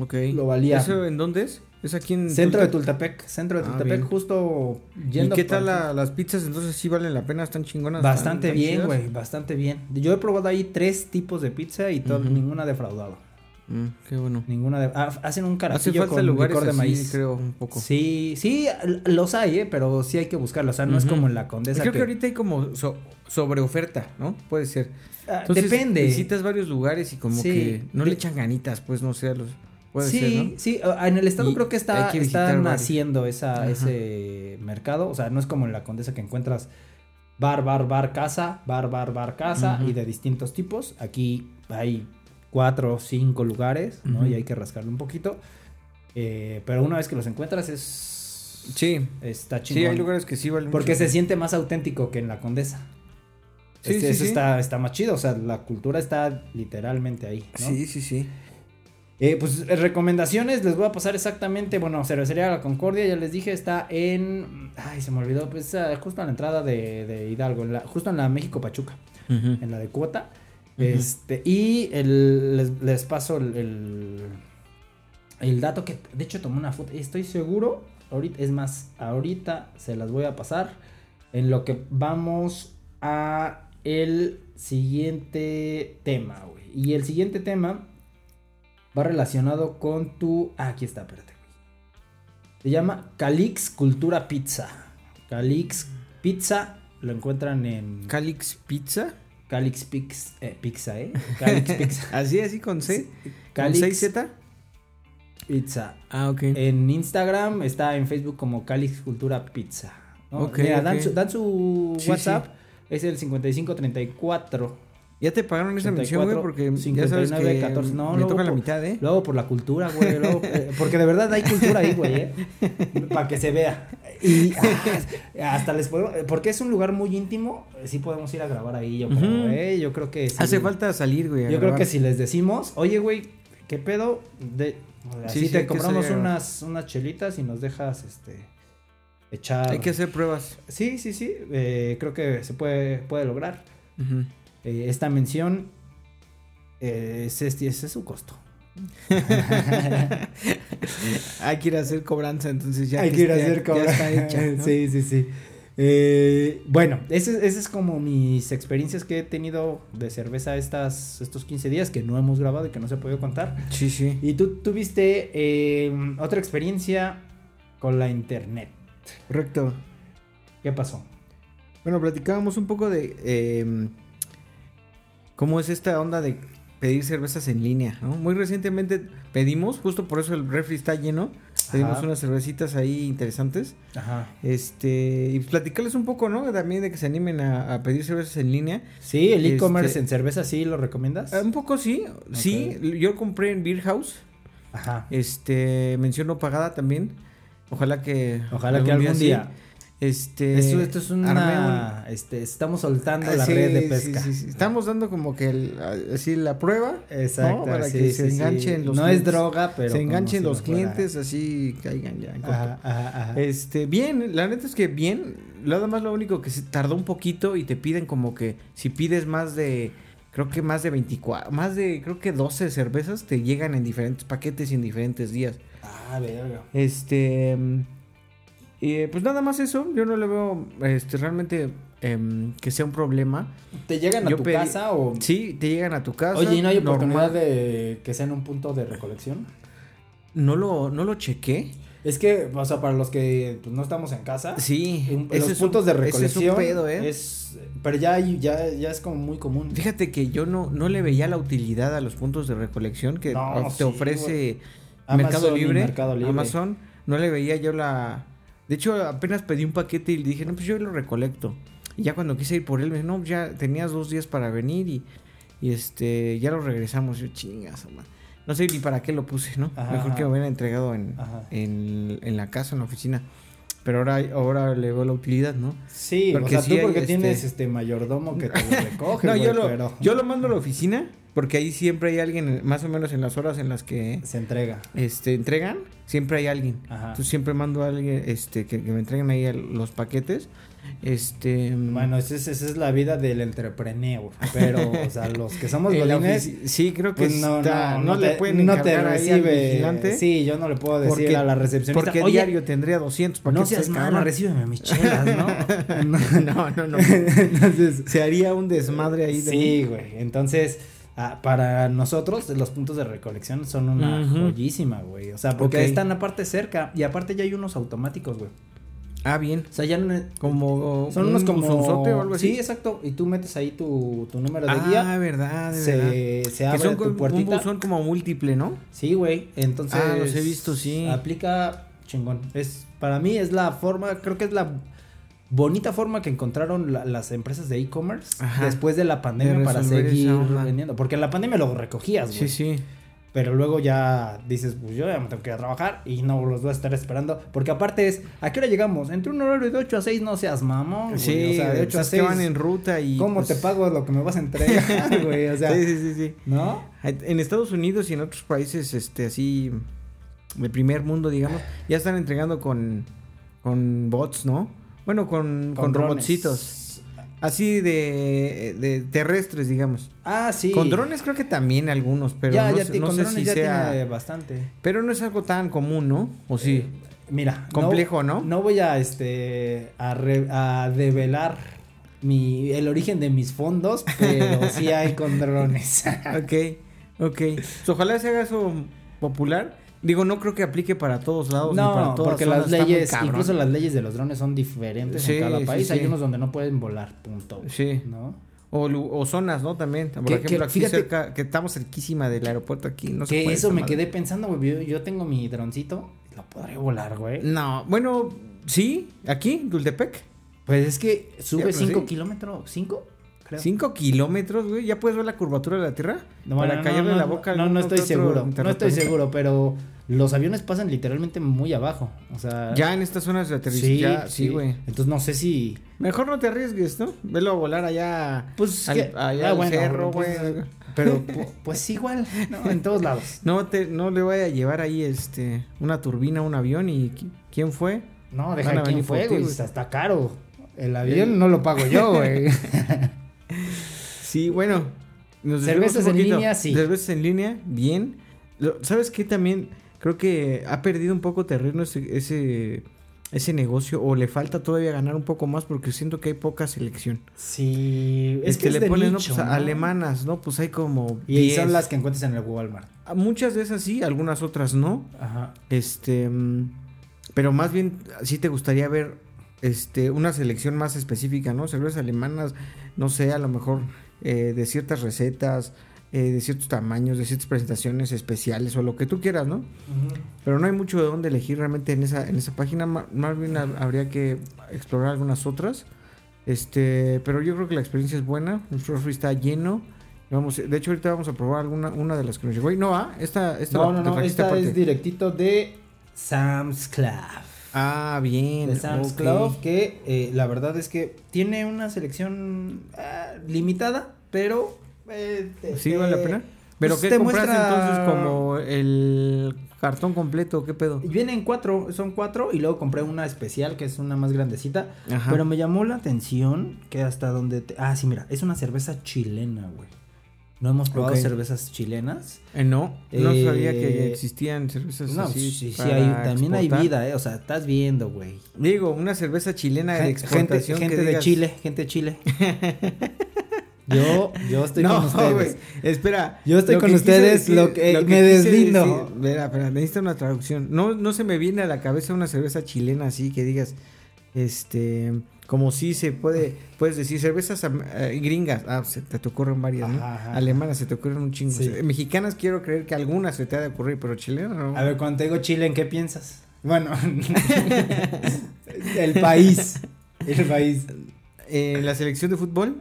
S4: Ok.
S2: Lo valía.
S4: ¿Eso en dónde es? ¿Es aquí en
S2: Centro de
S4: Tultepec?
S2: Tultepec, centro de
S4: Ah,
S2: Tultepec,
S4: bien.
S2: justo
S4: ¿Y
S2: yendo
S4: qué tal
S2: para-
S4: la- las pizzas? Entonces sí valen la pena, están chingonas.
S2: Bastante
S4: ¿Están-
S2: bien,
S4: están
S2: güey, bastante bien. Yo he probado ahí tres tipos de pizza y todo,
S4: Ujú.
S2: ninguna defraudado.
S4: chidas? Mm, qué bueno.
S2: Ninguna de, ah, hacen un
S4: Hace
S2: carajillo
S4: falta
S2: con
S4: lugares
S2: licor de
S4: así,
S2: maíz.
S4: creo, un poco.
S2: Sí, sí, l- los hay, eh, pero sí hay que buscarlos. O sea, no es
S4: Ujú.
S2: como en la condesa.
S4: Creo que
S2: que-
S4: ahorita hay como so- sobreoferta, ¿no? Puede ser.
S2: Ah,
S4: Entonces,
S2: depende.
S4: Visitas varios lugares y como
S2: Sí.
S4: que no
S2: De-
S4: le echan ganitas, pues no sé, a los. Puede
S2: sí,
S4: ser, ¿no?
S2: sí, ah, en el estado
S4: Y
S2: creo que está,
S4: hay que visitar
S2: están
S4: varios.
S2: haciendo esa,
S4: Ajá.
S2: ese mercado. O sea, no es como en la condesa que encuentras bar, bar, bar, casa, bar, bar, bar, casa
S4: Ujú.
S2: y de distintos tipos. Aquí hay cuatro o cinco lugares, ¿no?
S4: Ujú.
S2: Y hay que rascarle un poquito. Eh, pero una vez que los encuentras es...
S4: Sí.
S2: Está chingón.
S4: Sí, hay lugares que sí valen
S2: Porque
S4: mucho.
S2: se siente más auténtico que en la condesa.
S4: Sí,
S2: Este-
S4: sí,
S2: eso
S4: sí.
S2: Está, está más chido. O sea, la cultura está literalmente ahí. ¿no?
S4: Sí, sí, sí.
S2: Eh, pues eh, recomendaciones, les voy a pasar exactamente, bueno, Cervecería La Concordia, ya les dije, está en, ay, se me olvidó, pues ah, justo a la entrada de, de Hidalgo, en la- justo en la México Pachuca,
S4: Ujú.
S2: en la de Cuota,
S4: Ujú.
S2: este, y el- les, les paso el, el, el dato que, de hecho, tomé una foto, estoy seguro, ahorita, es más, ahorita se las voy a pasar, en lo que vamos a el siguiente tema, güey, y el siguiente tema va relacionado con tu. Ah, aquí está, espérate, güey. Se llama Calix Cultura Pizza. Calix Pizza. Lo encuentran en
S4: Calix Pizza.
S2: Calix Pix, eh, Pizza, ¿eh? Calix Pizza.
S4: Así, así con C. ¿Con
S2: Calix
S4: 6Z?
S2: Pizza.
S4: Ah, ok.
S2: En Instagram está en Facebook como Calix Cultura Pizza. ¿no?
S4: Ok,
S2: Mira, dan
S4: ok.
S2: su, dan su
S4: Sí,
S2: WhatsApp. Es el 5534
S4: Ya te pagaron esa mención, güey, porque ya sabes que
S2: 14. No,
S4: me
S2: luego
S4: toca la
S2: por-
S4: mitad, ¿eh?
S2: Luego por la cultura, güey. luego, eh, porque de verdad hay cultura ahí, güey, ¿eh? Para que se vea. Y ah, hasta les podemos. Porque es un lugar muy íntimo, eh, sí podemos ir a grabar ahí, yo creo,
S4: Ujú.
S2: ¿eh? Yo creo que sí.
S4: Hace falta salir, güey. a
S2: Yo creo
S4: grabar.
S2: que si les decimos, oye, güey, ¿qué pedo? De, así
S4: sí,
S2: te
S4: hay que
S2: compramos
S4: salir a grabar.
S2: unas, unas chelitas y nos dejas este echar.
S4: Hay que hacer pruebas.
S2: Sí, sí, sí. eh, creo que se puede, puede lograr.
S4: Ujú.
S2: Eh, esta mención eh, es, este- ese es su costo.
S4: Hay que ir a hacer cobranza, entonces ya.
S2: Hay
S4: que
S2: que ir a
S4: esté-
S2: hacer
S4: ya
S2: cobra-
S4: está hecha, ¿no?
S2: Sí, sí, sí. Eh, bueno, esas ese es como mis experiencias que he tenido de cerveza estas, estos 15 días que no hemos grabado y que no se ha podido contar.
S4: Sí, sí.
S2: Y tú tuviste eh, otra experiencia con la internet.
S4: Correcto.
S2: ¿Qué pasó?
S4: Bueno, platicábamos un poco de eh, cómo es esta onda de pedir cervezas en línea, ¿no? Muy recientemente pedimos, justo por eso el refri está lleno, pedimos
S2: Ajá.
S4: unas cervecitas ahí interesantes.
S2: Ajá.
S4: Este, y platicarles un poco, ¿no? También de que se animen a, a pedir cervezas en línea.
S2: Sí, el
S4: Este-
S2: e-commerce en cerveza, ¿sí lo recomiendas?
S4: Eh, Un poco sí, sí, yo compré en Beer House,
S2: Ajá.
S4: este, mención no pagada también. Ojalá que
S2: Ojalá que algún
S4: sí.
S2: día.
S4: Este,
S2: Esto, esto es
S4: armé un-
S2: una... este, estamos soltando
S4: Ah,
S2: la
S4: sí,
S2: red de
S4: sí,
S2: pesca.
S4: sí, sí. Estamos dando como que el- a- así la prueba.
S2: Exacto.
S4: ¿no? Para
S2: sí,
S4: que
S2: sí,
S4: se
S2: sí.
S4: enganchen los
S2: No es
S4: clientes.
S2: droga, pero...
S4: se
S2: como
S4: enganchen
S2: si
S4: los
S2: lo fuera.
S4: clientes, así caigan ya. en corto.
S2: Ajá, ajá, ajá.
S4: Este, bien, la neta es que bien. Nada más lo único que se tardó un poquito y te piden como que si pides más de, creo que más de 24, más de, creo que 12 cervezas te llegan en diferentes paquetes y en diferentes días.
S2: Ah, verga.
S4: Este. mm, eh, pues nada más eso. Yo no le veo este, realmente em, que sea un problema.
S2: ¿Te llegan a
S4: Yo
S2: tu
S4: pedí-
S2: casa o...?
S4: Sí, te llegan a tu casa.
S2: Oye, ¿y no hay oportunidad
S4: normal.
S2: de que sea en un punto de recolección?
S4: No lo, no lo chequé.
S2: Es que, o sea, para los que pues, no estamos en casa...
S4: Sí.
S2: un-
S4: ese
S2: los
S4: es un-
S2: puntos de
S4: ese es un
S2: recolección
S4: pedo, ¿eh?
S2: es- pero ya, hay- ya, ya es como muy común.
S4: Fíjate que yo no, no le veía la utilidad a los puntos de recolección que
S2: No,
S4: of-
S2: sí,
S4: te ofrece
S2: Amazon
S4: Mercado,
S2: y
S4: Libre,
S2: Mercado Libre.
S4: Amazon. No le veía yo la. De hecho, apenas pedí un paquete y dije, no, pues yo lo recolecto. Y ya cuando quise ir por él, me dijo, no, ya tenías dos días para venir y, y este, ya lo regresamos. Yo, chingas, man. No sé ni para qué lo puse, ¿no?
S2: Ajá,
S4: Mejor
S2: ajá.
S4: que me hubieran entregado en,
S2: Ajá.
S4: en, en la casa, en la oficina. Pero ahora, ahora le veo la utilidad, ¿no?
S2: Sí,
S4: Porque
S2: o sea,
S4: sí
S2: tú
S4: hay,
S2: porque
S4: este-
S2: tienes este mayordomo que te lo recoge,
S4: no,
S2: güey,
S4: yo, lo,
S2: pero
S4: yo lo mando a la oficina porque ahí siempre hay alguien, más o menos en las horas en las que
S2: se entrega.
S4: este, entregan, siempre hay alguien.
S2: Ajá.
S4: Entonces siempre mando a alguien este, que, que me entreguen ahí el- los paquetes. Este,
S2: Bueno, esa es, esa es la vida del entrepreneur, pero, o sea, los que somos
S4: en la
S2: godines,
S4: ofici- mm, sí, creo que
S2: pues no,
S4: está-
S2: no,
S4: no le
S2: te-
S4: pueden
S2: no te
S4: encargar ahí al
S2: recibe,
S4: vigilante
S2: sí, yo no le puedo decir
S4: porque-
S2: a la recepcionista,
S4: Porque
S2: oye,
S4: diario tendría 200 paquetes.
S2: no seas
S4: de
S2: mala,
S4: cabrón".
S2: recíbeme mis chelas, ¿no?
S4: no, no, no.
S2: Entonces,
S4: Se haría un desmadre ahí. de-
S2: Sí, güey. Entonces, ah, para nosotros los puntos de recolección son una
S4: Ujú.
S2: joyísima, güey. O sea, porque
S4: Ok.
S2: están aparte cerca y aparte ya hay unos automáticos, güey.
S4: Ah, bien.
S2: O sea, ya no-
S4: Como
S2: son unos como
S4: punzonzote o algo así.
S2: Sí, exacto. Y tú metes ahí tu, tu número de
S4: Ah,
S2: guía,
S4: verdad, de verdad.
S2: se, se
S4: Que
S2: abre
S4: son
S2: tu
S4: como- un
S2: puertita.
S4: buzón como múltiple, ¿no?
S2: Sí, güey. Entonces,
S4: Ah, los he visto, sí.
S2: Aplica chingón. Es para mí es la forma, creo que es la bonita forma que encontraron la- las empresas de e-commerce
S4: Ajá.
S2: después de la pandemia
S4: De
S2: para
S4: resolver esa
S2: seguir
S4: onda.
S2: vendiendo, porque en la pandemia lo recogías, güey.
S4: Sí, sí.
S2: Pero luego ya dices, pues yo ya me tengo que ir a trabajar y no los voy a estar esperando. Porque aparte es, ¿a qué hora llegamos? Entre un horario de 8 a 6 no seas mamón. Güey.
S4: Sí,
S2: o sea, de
S4: güey,
S2: 8 a
S4: pues es
S2: 6.
S4: que van en ruta y.
S2: ¿Cómo
S4: pues,
S2: te pago lo que me vas a entregar, güey? O sea,
S4: sí, sí, sí, sí.
S2: ¿no?
S4: En Estados Unidos y en otros países, este, así, de primer mundo, digamos, ya están entregando con, con bots, ¿no? Bueno, con, con,
S2: drones.
S4: robotcitos. Así de, de terrestres, digamos.
S2: Ah, sí.
S4: Con drones creo que también algunos, pero
S2: ya,
S4: no,
S2: ya,
S4: sé-
S2: ti-
S4: no
S2: con
S4: sé
S2: drones
S4: si
S2: ya
S4: sea...
S2: tiene bastante.
S4: Pero no es algo tan común, ¿no? ¿O sí?
S2: Eh, Mira.
S4: Complejo, ¿no?
S2: No voy a, este, a, re- a develar mi, el origen de mis fondos, pero sí hay con drones. Eh.
S4: Ok, ok. Pues ojalá se haga eso popular. Digo, no creo que aplique para todos lados. ni para
S2: No,
S4: todas
S2: porque
S4: zonas,
S2: las
S4: está muy
S2: leyes,
S4: cabrón.
S2: incluso las leyes de los drones son diferentes
S4: Sí,
S2: en cada
S4: sí,
S2: país. Hay
S4: sí.
S2: unos donde no pueden volar, punto.
S4: Sí.
S2: ¿No?
S4: O, lu- o zonas, ¿no? También. Por
S2: Que-
S4: ejemplo,
S2: que,
S4: aquí
S2: fíjate-
S4: cerca, que estamos cerquísima del aeropuerto aquí. No se
S2: que
S4: puede
S2: eso
S4: esta
S2: me
S4: madre.
S2: quedé pensando, güey. Yo, yo tengo mi droncito, lo podré volar, güey.
S4: No, bueno, sí, aquí, en Tultepec.
S2: Pues es que sube
S4: pues
S2: 5
S4: sí.
S2: kilómetros, ¿5? creo.
S4: Cinco kilómetros, güey. ¿Ya puedes ver la curvatura de la Tierra?
S2: No,
S4: Para
S2: no,
S4: callarle
S2: no,
S4: la boca. a
S2: No, no,
S4: alguno
S2: estoy
S4: que otro
S2: seguro. No
S4: terraplanista.
S2: estoy seguro, pero los aviones pasan literalmente muy abajo. O sea.
S4: Ya en estas zonas de aterrizaje. ya, Sí, güey.
S2: Entonces no sé si.
S4: Mejor no te arriesgues, ¿no? Velo a volar allá.
S2: Pues.
S4: al,
S2: que-
S4: allá
S2: ah,
S4: al
S2: bueno,
S4: cerro, güey.
S2: pues, Pero pu- pues igual, ¿no? En todos lados.
S4: No, te, no le vaya a llevar ahí este una turbina a un avión y qui- ¿quién fue?
S2: No,
S4: Van
S2: deja
S4: a
S2: quién
S4: venir por
S2: fue,
S4: ti,
S2: güey.
S4: güey.
S2: Está, está caro. El avión no lo pago yo, güey.
S4: Sí, bueno. nos
S2: Cervezas
S4: desviamos un
S2: en
S4: poquito.
S2: línea, sí.
S4: Cervezas en línea, bien. Lo- ¿Sabes qué también? Creo que ha perdido un poco terreno ese, ese, ese negocio o le falta todavía ganar un poco más porque siento que hay poca selección.
S2: sí. Es que
S4: Este,
S2: es
S4: le
S2: de
S4: ponen
S2: nicho,
S4: no, pues,
S2: ¿no?
S4: alemanas, ¿no? Pues hay como...
S2: Y
S4: 10.
S2: son las que encuentras en el Walmart.
S4: Ah, Muchas de esas sí, algunas otras no.
S2: Ajá.
S4: Este, mm, pero más bien sí te gustaría ver este una selección más específica, ¿no? Cervezas alemanas, no sé, a lo mejor eh, de ciertas recetas, eh, de ciertos tamaños, de ciertas presentaciones especiales o lo que tú quieras, ¿no? Pero no hay mucho de dónde elegir realmente en esa en esa página, ma- más bien hab- habría que explorar algunas otras. Este, pero yo creo que la experiencia es buena, nuestro refri está lleno. Vamos, de hecho ahorita vamos a probar alguna una de las que nos llegó. Y no, ah, esta esta
S2: No,
S4: la-
S2: no,
S4: te
S2: no.
S4: trajiste
S2: Esta
S4: aparte.
S2: es directito de Sam's Club.
S4: Ah, bien.
S2: de Sam's
S4: ok.
S2: Club, que eh, la verdad es que tiene una selección ah, limitada, pero... eh, te-
S4: ¿Sí
S2: te-
S4: vale la pena? ¿Pero
S2: pues
S4: qué
S2: te
S4: compraste
S2: muestra-
S4: entonces como el cartón completo? ¿Qué pedo?
S2: Vienen cuatro, son cuatro, y luego compré una especial, que es una más grandecita,
S4: Ajá.
S2: pero me llamó la atención que hasta donde... te- Ah, sí, mira, es una cerveza chilena, güey. No hemos probado
S4: Ok.
S2: cervezas chilenas.
S4: Eh, no, no
S2: Eh,
S4: sabía que existían cervezas
S2: No,
S4: así.
S2: sí, sí,
S4: para
S2: hay, también hay
S4: exportar.
S2: vida, eh, o sea, estás viendo, güey.
S4: Digo, una cerveza chilena de
S2: Gen- Gente,
S4: exportación. que
S2: gente de
S4: digas-
S2: Chile, gente de Chile. Yo, yo estoy con
S4: No,
S2: ustedes.
S4: güey, espera.
S2: Yo estoy
S4: lo
S2: con
S4: que quise
S2: ustedes, lo que- me
S4: quise
S2: deslindo.
S4: decir- Mira, espera, necesito una traducción. No, no se me viene a la cabeza una cerveza chilena así que digas, este, como si se puede, puedes decir cervezas am- eh, gringas. Ah, se te, te ocurren varias, ¿no?
S2: Ajá, ajá.
S4: Alemanas se te ocurren un chingo.
S2: Sí.
S4: Eh, Mexicanas quiero creer que algunas se te ha de ocurrir, pero chilenas no.
S2: A ver, cuando te digo Chile, ¿en qué piensas? Bueno, el país. El país.
S4: Eh, la selección de fútbol,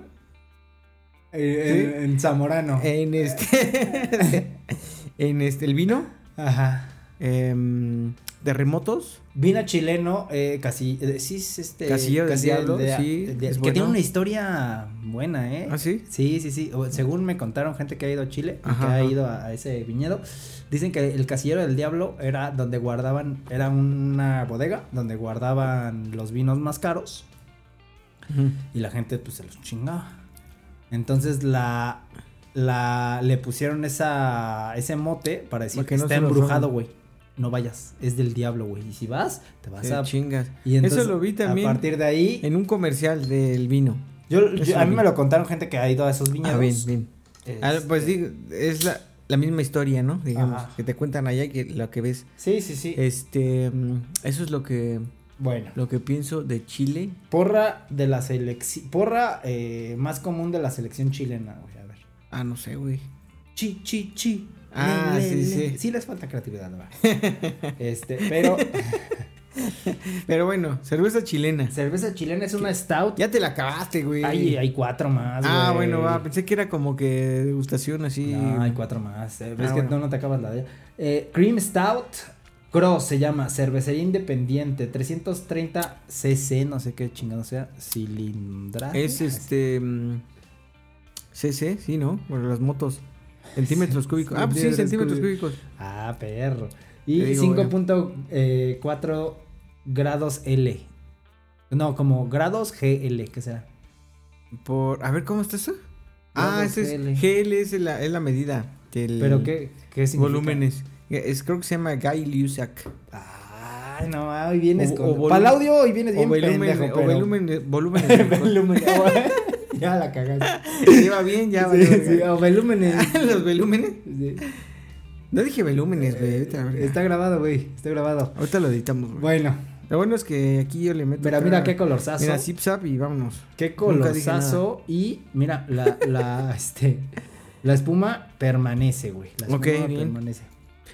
S2: eh, En, en Zamorano.
S4: en este, en este, el vino,
S2: Ajá.
S4: em, terremotos.
S2: Vino chileno, eh, casi, eh, sí, es este.
S4: Casillero del Diablo,
S2: de-
S4: sí,
S2: de-
S4: es
S2: que
S4: bueno.
S2: tiene una historia buena, ¿eh?
S4: ¿Ah, sí?
S2: Sí, sí, sí. O- Según me contaron gente que ha ido a Chile, y
S4: Ajá,
S2: que ha
S4: ajá.
S2: ido a, a ese viñedo, dicen que el casillero del diablo era donde guardaban, era una bodega donde guardaban los vinos más caros y la gente pues se los chingaba. Entonces la la le pusieron esa ese mote para decir
S4: Para
S2: que
S4: que no
S2: está
S4: se los
S2: embrujado,
S4: roben".
S2: güey. No vayas, es del diablo, güey. Y si vas, te vas
S4: Te
S2: a
S4: Eh, chingas.
S2: y entonces,
S4: Eso lo vi también
S2: A partir de ahí,
S4: en un comercial del vino.
S2: yo,
S4: eso
S2: yo- a
S4: lo
S2: mí
S4: vi.
S2: me lo contaron gente que ha ido a esos viñedos.
S4: Ah, bien, bien. Ah,
S2: Este,
S4: pues digo, es la, la misma historia, ¿no? Digamos,
S2: Ajá.
S4: que te cuentan allá y que lo que ves.
S2: Sí, sí, sí.
S4: Este, mm, eso es lo que
S2: bueno.
S4: lo que pienso de Chile.
S2: Porra de la selección. Porra eh, más común de la selección chilena, güey. A ver.
S4: Ah, no sé, güey.
S2: Chi, chi, chi.
S4: Ah, sí, sí.
S2: Sí les falta creatividad, ¿no? Este, pero
S4: Pero bueno, cerveza chilena.
S2: cerveza chilena es una stout.
S4: Ya te la acabaste, güey.
S2: Hay, hay cuatro más,
S4: ah,
S2: güey.
S4: bueno, va, pensé que era como que degustación así.
S2: No, hay cuatro más. eh, ves
S4: Ah,
S2: que
S4: bueno.
S2: no, no te acabas la de. Eh, Cream Stout Cross se llama, cervecería independiente, 330 cc, no sé qué chingado sea, cilindra.
S4: es este mm, CC, sí, ¿no? Bueno, las motos. Centímetros cúbicos. Ah, pues sí,
S2: Centímetros
S4: centímetros cúbicos.
S2: Ah, perro.
S4: Te
S2: Y
S4: digo,
S2: 5.4 grados L. No, como grados GL, ¿qué será?
S4: Por. A ver, ¿cómo está eso? Ah,
S2: Grados
S4: ese es.
S2: GL.
S4: GL es la, es la medida. Del
S2: ¿Pero qué, qué significa?
S4: Volúmenes. Es, creo que se llama Guy Lusac.
S2: Ay, no, ma, hoy vienes
S4: O-
S2: con...
S4: o volumen-
S2: Para el audio hoy vienes
S4: O
S2: bien
S4: volumen.
S2: pendejo,
S4: o
S2: pero-
S4: volumen. Volumen.
S2: Volumen, ya la cagaste.
S4: Lleva bien, ya. vale,
S2: Sí,
S4: verga.
S2: sí, o volúmenes.
S4: Los volúmenes.
S2: Sí.
S4: No dije volúmenes, güey. Ahorita, la verga.
S2: Está grabado, güey, está grabado.
S4: Ahorita lo editamos, güey.
S2: Bueno,
S4: Lo bueno es que aquí yo le meto.
S2: pero
S4: acá-
S2: mira qué colorzazo.
S4: Mira, zip zap y vámonos.
S2: Qué
S4: Nunca dije
S2: colorzazo y mira, la, la, este, la espuma permanece, güey. La espuma
S4: Ok, bien.
S2: permanece.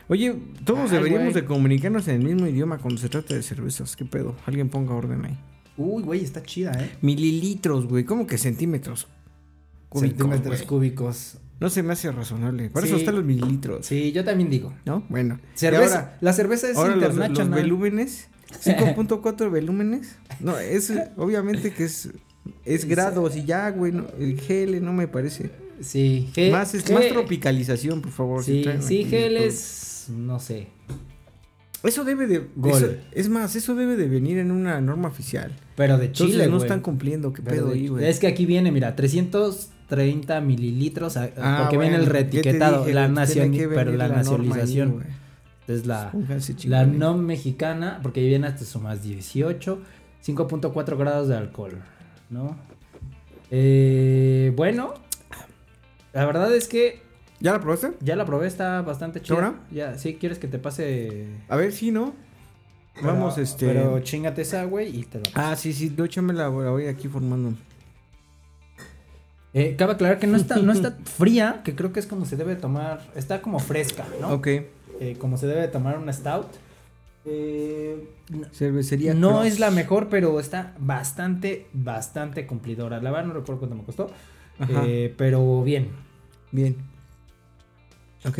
S4: Oye, todos
S2: Ay,
S4: deberíamos
S2: güey.
S4: de comunicarnos en el mismo idioma cuando se trata de cervezas. ¿Qué pedo? Alguien ponga orden ahí.
S2: Uy, güey, está chida, ¿eh?
S4: Mililitros, güey. ¿Cómo que centímetros? cúbicos.
S2: centímetros
S4: güey.
S2: cúbicos.
S4: No se me hace razonable. Por eso
S2: Sí.
S4: están los mililitros.
S2: Sí, yo también digo.
S4: ¿No? Bueno. y
S2: Cerveza.
S4: ahora-
S2: la cerveza es
S4: Ahora los, los
S2: internacional.
S4: volúmenes, 5.4 volúmenes. No, es obviamente que es es grados y ya, güey, no, el gel no me parece.
S2: sí, G-
S4: más es
S2: G-
S4: más tropicalización, por favor. si
S2: Sí,
S4: traen
S2: sí,
S4: aquí
S2: gel
S4: todo.
S2: es. No sé.
S4: Eso debe de
S2: Gol.
S4: eso- es más, eso debe de venir en una norma oficial.
S2: Pero de
S4: Entonces
S2: Chile,
S4: no
S2: güey.
S4: están cumpliendo, qué
S2: Pero
S4: pedo
S2: de-
S4: ahí, güey.
S2: Es que aquí viene, mira, 330 mililitros. a-
S4: Ah,
S2: porque viene el
S4: bueno, ¿qué te
S2: reetiquetado.
S4: dije,
S2: la
S4: güey? pues
S2: nación,
S4: Tiene que
S2: pero
S4: venir
S2: la,
S4: norma ahí,
S2: nacionalización.
S4: güey. Pues,
S2: es la,
S4: Pónganse
S2: la
S4: chingones.
S2: no mexicana, porque ahí viene hasta su más 18. 5.4 grados de alcohol, ¿no? Eh, bueno, la verdad es que
S4: ¿Ya la probaste?
S2: ya la probé, está bastante
S4: ¿Ahora?
S2: chida. Ya, sí, quieres que te pase.
S4: A ver, sí, ¿no? Vamos,
S2: Pero-
S4: este.
S2: Pero chingate esa, güey, y te la
S4: Ah, sí, sí, yo échame la, la voy aquí formando.
S2: Eh, cabe aclarar que no está, no está fría, que creo que es como se debe tomar, está como fresca, ¿no?
S4: Ok.
S2: Eh, como se debe tomar una stout. Eh, no-
S4: Cervecería.
S2: no
S4: Cross.
S2: es la mejor, pero está bastante, bastante cumplidora. La verdad no recuerdo cuánto me costó,
S4: Ajá.
S2: eh, pero bien,
S4: Bien. Ok.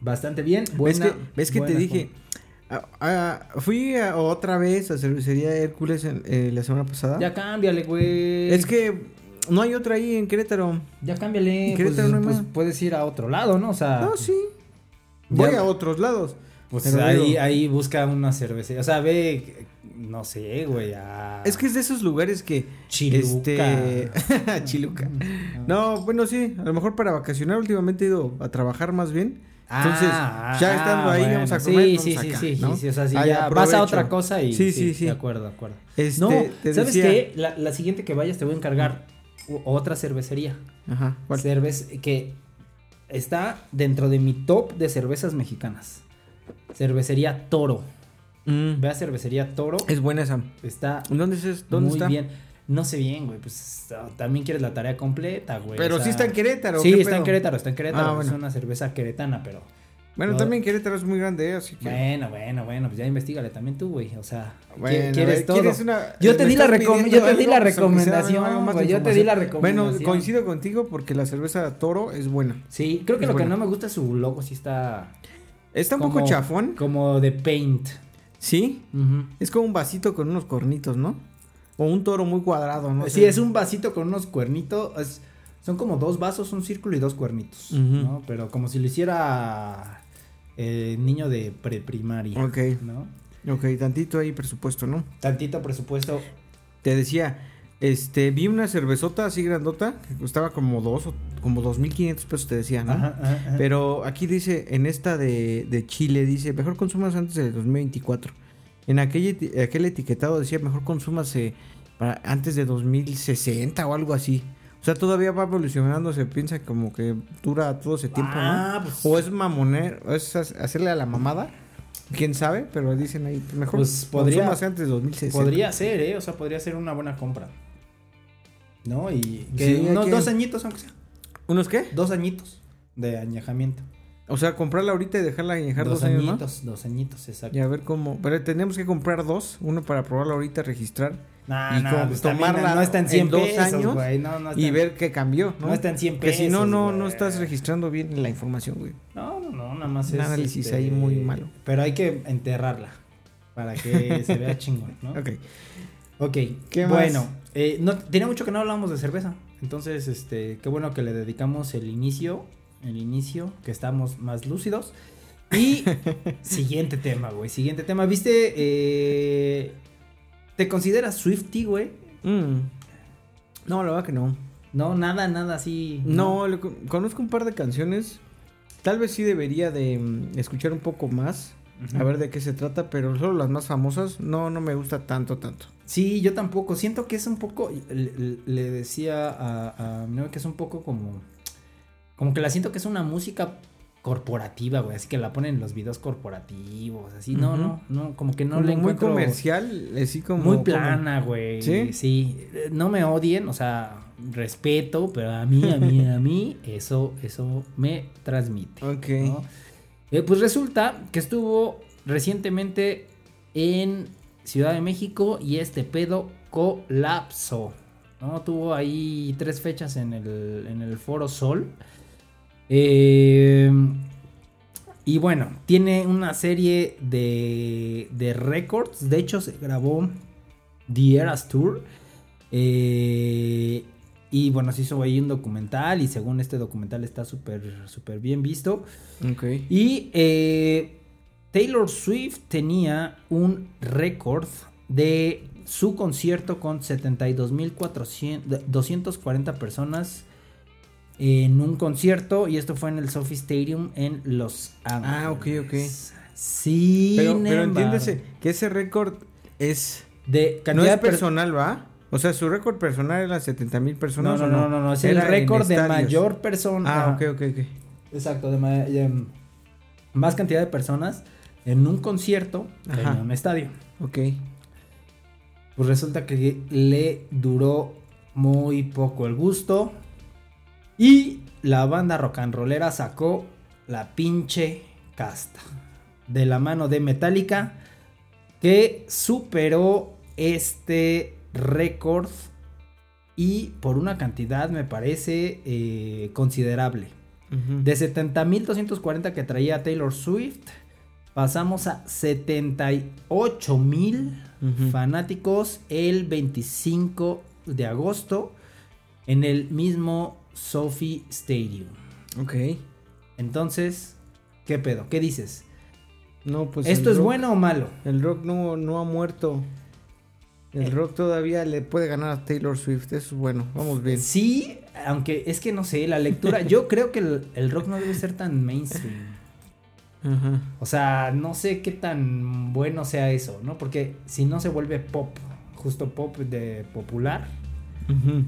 S2: bastante bien.
S4: ¿Ves
S2: Buena,
S4: que, ves que te
S2: buena
S4: dije?
S2: com-
S4: Ah, ah, fui a- otra vez a cervecería Hércules en- eh, la semana pasada.
S2: Ya cámbiale, güey.
S4: Es que no hay otra ahí en Querétaro.
S2: Ya cámbiale.
S4: ¿En
S2: Pues,
S4: Querétaro no hay
S2: pues,
S4: más?
S2: puedes ir a otro lado, ¿no? O sea,
S4: no, sí.
S2: Ah. ya-
S4: Voy a otros lados.
S2: pues
S4: pero
S2: ahí,
S4: digo-
S2: ahí busca una cervecería. O sea, ve, no sé, güey. a-
S4: Es que es de esos lugares que.
S2: Chiluca. Mm.
S4: Este... Chiluca. No, bueno, sí. A lo mejor para vacacionar últimamente he ido a trabajar más bien. Entonces,
S2: Ah,
S4: ya estando ahí,
S2: bueno,
S4: vamos a
S2: sí,
S4: comer. vamos
S2: Sí, sí,
S4: acá,
S2: sí,
S4: ¿no?
S2: sí, sí, o sea, si
S4: Ahí
S2: ya vas a
S4: aprovecho.
S2: otra cosa y...
S4: Sí, sí, sí.
S2: De acuerdo, de acuerdo.
S4: Este,
S2: no,
S4: te
S2: ¿sabes
S4: decía-
S2: qué? La, la siguiente que vayas te voy a encargar u- otra cervecería.
S4: Ajá. ¿cuál?
S2: Cerveza que está dentro de mi top de cervezas mexicanas. Cervecería Toro.
S4: Mm,
S2: Ve a Cervecería Toro.
S4: Es buena esa.
S2: Está
S4: ¿Dónde es? ¿Dónde
S2: muy
S4: está?
S2: bien. No sé bien, güey, pues ah, también quieres la tarea completa, güey.
S4: Pero
S2: o sea,
S4: sí está en Querétaro.
S2: Pues, ah, Sí,
S4: ¿qué
S2: está en
S4: pedo?
S2: Querétaro, está en Querétaro.
S4: Ah,
S2: Es
S4: bueno.
S2: una cerveza queretana, pero...
S4: Bueno,
S2: No.
S4: también Querétaro es muy grande, ¿eh? así que.
S2: Bueno, bueno, bueno, pues ya investigale también tú, güey. O sea, ¿qué-
S4: Bueno, a
S2: quieres
S4: ver,
S2: todo.
S4: una-
S2: Yo
S4: me
S2: te di la
S4: estás
S2: recom-
S4: pidiendo
S2: yo te di la
S4: algo, pues, aunque sea
S2: recomendación,
S4: algo más de
S2: güey, yo te di la
S4: información. Bueno,
S2: recomendación.
S4: coincido contigo porque la cerveza Toro es buena.
S2: Sí, creo que
S4: Es
S2: lo que
S4: bueno.
S2: no me gusta es su logo, sí está.
S4: Está un
S2: como-
S4: poco chafón.
S2: Como de paint.
S4: Sí.
S2: Ujú.
S4: Es como un vasito con unos cornitos, ¿no? O un toro muy cuadrado, ¿no?
S2: sí, es un vasito con unos cuernitos. es- son como dos vasos, un círculo y dos cuernitos.
S4: Ujú.
S2: ¿no? Pero como si lo hiciera eh, niño de preprimaria.
S4: Ok.
S2: ¿no?
S4: Ok, tantito ahí presupuesto, ¿no?
S2: Tantito presupuesto.
S4: Te decía, este, vi una cervezota así grandota que costaba como dos o como dos mil quinientos pesos, te decía, ¿no?
S2: Ajá, ajá, ajá.
S4: Pero aquí dice, en esta de, de Chile, dice, mejor consumas antes del 2024. En aquel, eti- aquel etiquetado decía, mejor consumas eh, para antes de 2060 o algo así. O sea, todavía va evolucionando, se piensa como que dura todo ese tiempo,
S2: Ah,
S4: ¿no?
S2: pues-
S4: O es mamoner, o es hac- hacerle a la mamada. Quién sabe, pero dicen ahí, mejor
S2: Pues podría-
S4: consumas antes de 2060.
S2: Podría ser, ¿eh? O sea, podría ser una buena compra. ¿No? Y que
S4: Sí, hay
S2: unos
S4: que-
S2: dos añitos, aunque sea.
S4: ¿Unos qué?
S2: Dos añitos de añejamiento.
S4: O sea, comprarla ahorita y dejarla añejar dos,
S2: dos
S4: años más.
S2: añitos, dos añitos, exacto.
S4: Y a ver cómo. Pero tenemos que comprar dos. Uno para probarla ahorita, registrar.
S2: Nah,
S4: y
S2: nah,
S4: como
S2: pues
S4: tomarla
S2: también no está en
S4: en
S2: 100
S4: dos
S2: pesos,
S4: años
S2: güey, No, no está
S4: y
S2: en-
S4: ver qué cambió. No,
S2: no está en 100
S4: Que si no,
S2: pesos,
S4: no, no
S2: güey.
S4: estás registrando bien la información, güey.
S2: No, no, no, nada más
S4: Un
S2: es. este,
S4: análisis ahí muy malo.
S2: Pero hay que enterrarla para que se vea chingón, ¿no?
S4: Ok.
S2: Ok.
S4: ¿Qué más?
S2: bueno, eh, no, tenía mucho que no hablábamos de cerveza. Entonces, este, qué bueno que le dedicamos el inicio, el inicio, que estamos más lúcidos. Y siguiente tema, güey, siguiente tema. ¿Viste? eh, ¿Te consideras Swifty, güey?
S4: Mm. No, la verdad que no.
S2: No, nada, nada así.
S4: No, le con- conozco un par de canciones. Tal vez sí debería de mm, escuchar un poco más.
S2: Ujú.
S4: A ver de qué se trata, pero solo las más famosas no, no me gusta tanto, tanto.
S2: Sí, yo tampoco. Siento que es un poco. Le, le- le decía a, a mi novia que es un poco como. Como que la siento que es una música corporativa, güey. Así que la ponen en los videos corporativos. Así, no,
S4: Ujú.
S2: no, no. Como que no
S4: Como
S2: le
S4: muy
S2: encuentro.
S4: comercial, así como.
S2: muy
S4: como-
S2: plana, güey.
S4: ¿Sí?
S2: Sí. Eh, No me odien, o sea, respeto, pero a mí, a mí, a mí, eso, eso me transmite.
S4: Ok.
S2: ¿no? Eh, pues resulta que estuvo recientemente en Ciudad de México y este pedo colapsó. ¿no? Tuvo ahí tres fechas en el, en el Foro Sol. Eh, y bueno, tiene una serie de, de récords. De hecho, se grabó The Eras Tour. Eh, y bueno, se hizo ahí un documental. Y según este documental está súper, súper bien visto.
S4: Ok.
S2: Y eh, Taylor Swift tenía un récord de su concierto con 72.240 personas en un concierto y esto fue en el Sophie Stadium en Los Ángeles.
S4: Ah, ok, ok.
S2: Sí,
S4: Pero, pero entiéndese que ese récord es.
S2: De
S4: No
S2: cantidad
S4: es
S2: de per-
S4: personal, ¿va? O sea, su récord personal era 70 mil
S2: No,
S4: personas.
S2: no,
S4: ¿o
S2: no, no, no, es el
S4: Era en
S2: récord de
S4: estadios.
S2: mayor persona.
S4: Ah, ok, ok, ok.
S2: Exacto, de, ma- de, mm, más cantidad de personas en un concierto que en
S4: Ajá.
S2: un estadio.
S4: Ok.
S2: Pues resulta que le duró muy poco el gusto. Y la banda rock and rollera sacó la pinche casta. De la mano de Metallica. Que superó este récord. Y por una cantidad me parece eh, considerable.
S4: Ujú.
S2: De 70.240 que traía Taylor Swift. Pasamos a 78.000
S4: Ujú.
S2: fanáticos el 25 de agosto en el mismo Sophie Stadium.
S4: Ok.
S2: Entonces, ¿qué pedo? ¿Qué dices?
S4: No, pues.
S2: ¿Esto
S4: el
S2: es
S4: rock-
S2: bueno o malo?
S4: El rock no, no ha muerto. El
S2: Eh.
S4: rock todavía le puede ganar a Taylor Swift. Eso es bueno. Vamos bien.
S2: Sí, aunque es que no sé, la lectura, yo creo que el, el rock no debe ser tan mainstream.
S4: Ajá.
S2: O sea, no sé qué tan bueno sea eso, ¿no? Porque si no se vuelve pop, justo pop de popular,
S4: Ujú.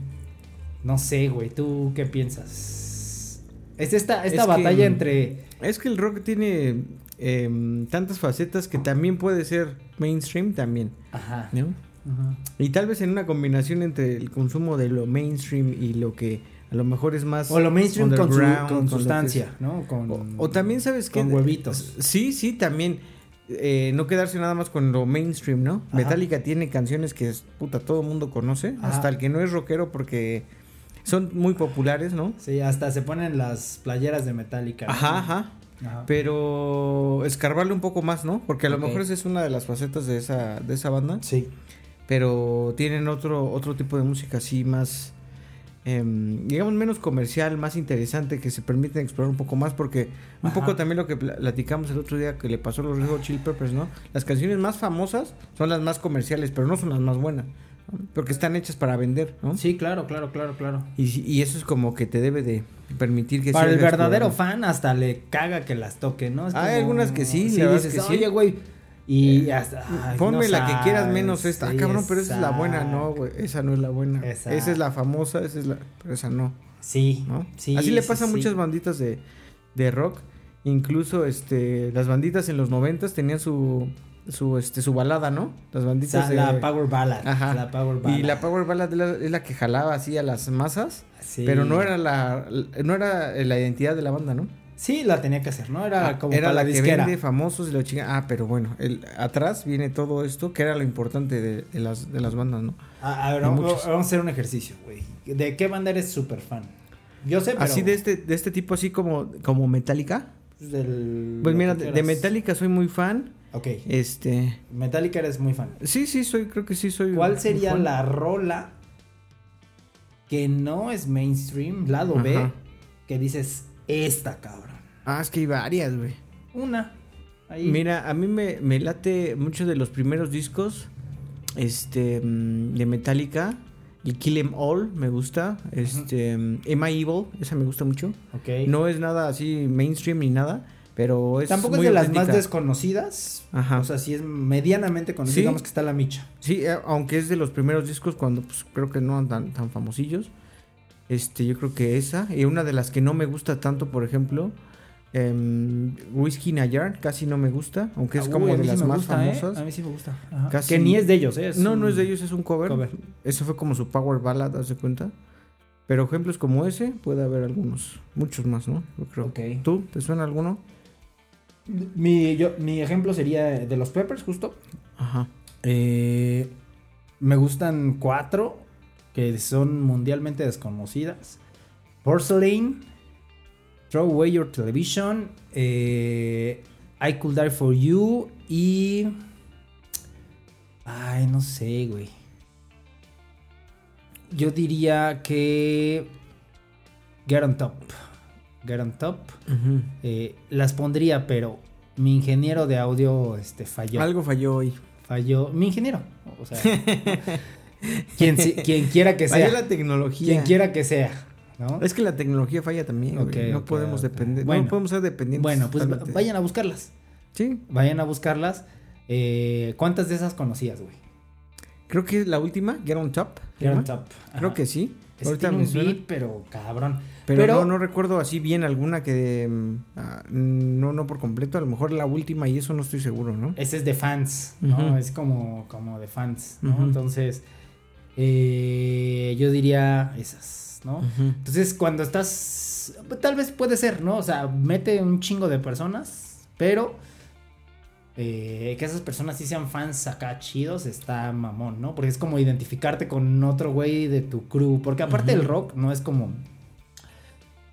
S2: no sé, güey, ¿tú qué piensas? Es esta, esta
S4: Es que-
S2: batalla entre...
S4: Es que el rock tiene em, tantas facetas que también puede ser mainstream también.
S2: Ajá.
S4: ¿no?
S2: Ajá.
S4: Y tal vez en una combinación entre el consumo de lo mainstream y lo que a lo mejor es más.
S2: O lo mainstream con, su-
S4: underground,
S2: con
S4: lo que
S2: sustancia,
S4: es-
S2: ¿no? Con,
S4: O, o también, ¿sabes qué? Eh,
S2: Con huevitos.
S4: Sí, sí, también. eh, no quedarse nada más con lo mainstream, ¿no?
S2: Ajá.
S4: Metallica tiene canciones que, es- puta, todo mundo conoce.
S2: Ajá.
S4: Hasta el que no es rockero porque son muy populares, ¿no?
S2: Sí, hasta se ponen las playeras de Metallica. ¿no?
S4: Ajá, ajá.
S2: Ajá.
S4: Pero escarbarle un poco más, ¿no? Porque a lo
S2: Ok.
S4: mejor esa es una de las facetas de esa, de esa banda.
S2: Sí.
S4: Pero tienen otro, otro tipo de música así más, em, digamos, menos comercial, más interesante, que se permiten explorar un poco más. Porque un
S2: Ajá.
S4: poco también lo que pla- platicamos el otro día que le pasó a los Red Hot Chili Peppers, ¿no? Las canciones más famosas son las más comerciales, pero no son las más buenas. ¿no? Porque están hechas para vender, ¿no?
S2: Sí, claro, claro, claro, claro.
S4: Y, si- y eso es como que te debe de permitir que...
S2: Para el
S4: sigas
S2: verdadero
S4: explorando.
S2: fan hasta le caga que las toque, ¿no? Es
S4: Hay
S2: como-
S4: algunas que sí,
S2: sí
S4: la verdad
S2: dices,
S4: es que sí. Eh,
S2: oye, güey. Y hasta. ay,
S4: Ponme
S2: no
S4: la que quieras
S2: sabes,
S4: menos esta. Ah,
S2: sí,
S4: cabrón, pero esa es la buena,
S2: exacto.
S4: no, güey. Esa no es la buena. Esa es la famosa, esa es la. Pero esa no,
S2: Sí,
S4: ¿no?
S2: sí.
S4: Así le
S2: sí,
S4: pasa a
S2: sí.
S4: muchas banditas de, de rock. Incluso este. Las banditas en los noventas tenían su. su este su balada, ¿no?
S2: O
S4: Las
S2: sea,
S4: banditas de.
S2: la Power Ballad.
S4: Ajá.
S2: La Power Ballad.
S4: y la Power Ballad es la, es la que jalaba así a las masas,
S2: Sí.
S4: pero no era la no era eh, la identidad de la banda, ¿no?
S2: Sí, la tenía que hacer, ¿no? Era como
S4: Ah, era
S2: para
S4: la,
S2: la
S4: que
S2: disquera.
S4: vende famosos y la chinga. Ah, pero bueno, el, atrás viene todo esto, que era lo importante de, de las, de las bandas, ¿no?
S2: A, a ver,
S4: Hay
S2: vamos,
S4: muchos.
S2: vamos a hacer un ejercicio, güey. ¿De qué banda eres súper fan? Yo sé, pero...
S4: Así de este, de este tipo, así como, como Metallica.
S2: del-
S4: Pues
S2: lo
S4: mira,
S2: que
S4: de, de
S2: quieras.
S4: Metallica soy muy fan.
S2: Ok,
S4: Este.
S2: Metallica eres muy fan.
S4: Sí, sí, soy, creo que sí soy.
S2: ¿Cuál
S4: muy
S2: sería
S4: fan.
S2: la rola que no es mainstream, lado B,
S4: Ajá.
S2: que dices, esta, cabrón?
S4: Ah, es que hay varias, güey.
S2: Una. Ahí.
S4: Mira, a mí me, me late mucho de los primeros discos. Este. mm, De Metallica. El Kill Em All me gusta. Este. mm, Am I Evil? Esa me gusta mucho.
S2: Ok.
S4: No es nada así mainstream ni nada, pero es
S2: Tampoco es
S4: muy
S2: de las
S4: auténtica.
S2: más desconocidas.
S4: Ajá.
S2: O sea, sí es medianamente conocida.
S4: Sí.
S2: Digamos que está la micha.
S4: Sí, eh, aunque es de los primeros discos cuando pues, creo que no andan tan famosillos. Este, yo creo que esa y una de las que no me gusta tanto, por ejemplo, em, Whiskey in a Jar, casi no me gusta, aunque es
S2: Ah,
S4: como
S2: uy, a
S4: de
S2: mí sí
S4: las
S2: me
S4: más
S2: gusta, ¿eh?
S4: famosas.
S2: A mí sí me gusta. Ajá.
S4: Casi-
S2: Que ni es de ellos, ¿eh? Es
S4: No,
S2: un-
S4: no es de ellos, es un cover.
S2: cover.
S4: Eso fue como su power ballad, haz de cuenta. Pero ejemplos como ese puede haber algunos, muchos más, ¿no? Yo creo.
S2: Ok.
S4: ¿Tú te suena alguno?
S2: Mi, yo, mi ejemplo sería de los Peppers, justo.
S4: Ajá.
S2: Eh, me gustan cuatro. que son mundialmente desconocidas. Porcelain, Throw Away Your Television, eh, I Could Die For You y... Ay, no sé, güey. Yo diría que... Get on Top. Get on Top. Eh, las pondría, pero mi ingeniero de audio este, falló.
S4: Algo falló hoy.
S2: Falló. Mi ingeniero. O sea, quien, si- quien quiera que sea.
S4: Falló la tecnología.
S2: Quien quiera que sea. ¿no?
S4: Es que la tecnología falla también. güey.
S2: Ok,
S4: no
S2: ok,
S4: podemos
S2: ok.
S4: depender.
S2: Bueno.
S4: no podemos ser dependientes.
S2: Bueno, pues
S4: totalmente.
S2: vayan a buscarlas.
S4: Sí.
S2: Vayan a buscarlas. Eh, ¿Cuántas de esas conocías, güey?
S4: Creo que la última, Get on Top.
S2: Get on
S4: ¿no?
S2: top.
S4: Creo
S2: Ajá.
S4: que sí.
S2: Ese
S4: Ahorita
S2: tiene
S4: me
S2: un
S4: suena.
S2: beat, pero cabrón.
S4: Pero,
S2: Pero-
S4: no, no recuerdo así bien alguna que. mm, ah, mm, no, no por completo. A lo mejor la última y eso no estoy seguro, ¿no?
S2: Ese es de fans, ¿no?
S4: Ujú.
S2: Es como, como de fans, ¿no?
S4: Ujú.
S2: Entonces, eh, yo diría esas, ¿no?
S4: Ujú.
S2: Entonces, cuando estás. Tal vez puede ser, ¿no? O sea, mete un chingo de personas, pero. eh, que esas personas sí sean fans acá chidos está mamón, ¿no? Porque es como identificarte con otro güey de tu crew. Porque aparte
S4: Ujú.
S2: el rock no es como.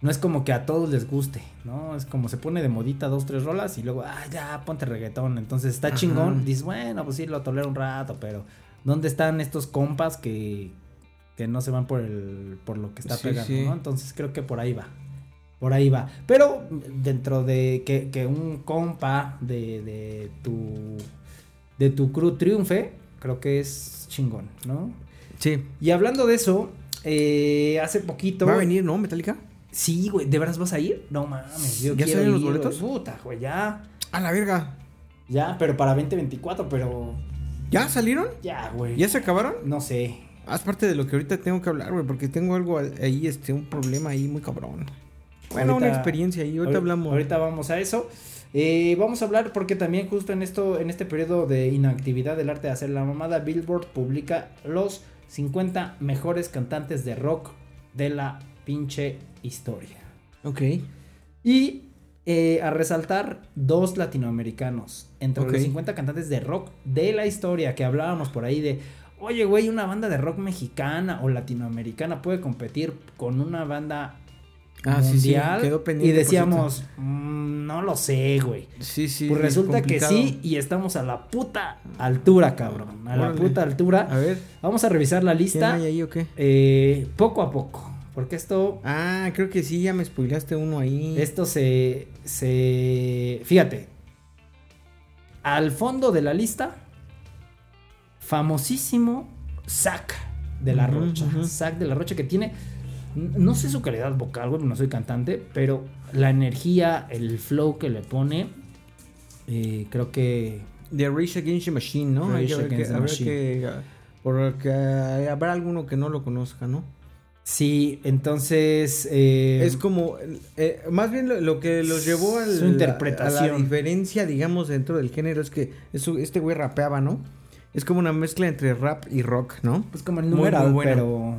S2: No es como que a todos les guste, ¿no? Es como se pone de modita dos, tres rolas y luego, ah, ya, ponte reggaetón. Entonces está
S4: Ajá.
S2: chingón. Dices, bueno, pues sí, lo tolero un rato, pero ¿dónde están estos compas que, que no se van por el por lo que está
S4: Sí,
S2: pegando,
S4: sí.
S2: ¿no? Entonces creo que por ahí va. Por ahí va. Pero dentro de que, que un compa de, de tu de tu crew triunfe, creo que es chingón, ¿no?
S4: Sí.
S2: Y hablando de eso, eh, hace poquito
S4: ¿Va a venir, no, Metallica?
S2: Sí, güey, ¿de veras vas a ir? No mames, yo
S4: ¿Ya
S2: quiero
S4: salieron los
S2: ir, güey.
S4: boletos?
S2: Puta, güey, ya.
S4: A la verga.
S2: Ya, pero para 2024, pero
S4: ¿Ya salieron?
S2: ya, güey.
S4: ¿Ya se acabaron?
S2: No sé.
S4: Haz parte de lo que ahorita tengo que hablar, güey, porque tengo algo al- ahí, este, un problema ahí muy cabrón. Bueno, una
S2: Ahorita-
S4: experiencia ahí, ahorita
S2: Ahori-
S4: hablamos.
S2: Ahorita vamos a eso. Eh, vamos a hablar porque también justo en esto, en este periodo de inactividad del arte de hacer la mamada, Billboard publica los 50 mejores cantantes de rock de la pinche historia.
S4: Ok.
S2: Y eh, a resaltar dos latinoamericanos entre
S4: Ok.
S2: los 50 cantantes de rock de la historia que hablábamos por ahí de, oye, güey, una banda de rock mexicana o latinoamericana puede competir con una banda
S4: Ah, sí, sí,
S2: mundial.
S4: quedó
S2: y
S4: pendiente.
S2: decíamos, "Mm, no lo sé, güey.
S4: por cierto. Sí, sí.
S2: pues
S4: sí,
S2: resulta
S4: complicado.
S2: que sí y estamos a la puta altura, cabrón. A la
S4: Órale.
S2: puta altura.
S4: A ver,
S2: Vamos a revisar la
S4: ¿quién
S2: lista
S4: hay ahí o qué?
S2: eh, poco a poco, porque esto,
S4: Ah, creo que sí, ya me spoilaste uno ahí.
S2: esto se, se, fíjate, al fondo de la lista, famosísimo Zack de la
S4: Ujú,
S2: Rocha,
S4: ujú.
S2: Zack de la Rocha que tiene no sé su calidad vocal, güey, no soy cantante, pero la energía, el flow que le pone, eh, creo que
S4: The Rage Against the Machine, ¿no?
S2: Rage
S4: Hay que ver
S2: Against
S4: que-
S2: the
S4: a ver
S2: Machine.
S4: que. ah, Porque ah, habrá alguno que no lo conozca, ¿no?
S2: sí, entonces eh,
S4: Es como, eh, más bien lo, lo que los llevó al-
S2: Su interpretación.
S4: a la diferencia, digamos, dentro del género es que eso- este güey rapeaba, ¿no? Es como una mezcla entre rap y rock, ¿no?
S2: pues como el
S4: muy,
S2: número,
S4: muy bueno.
S2: pero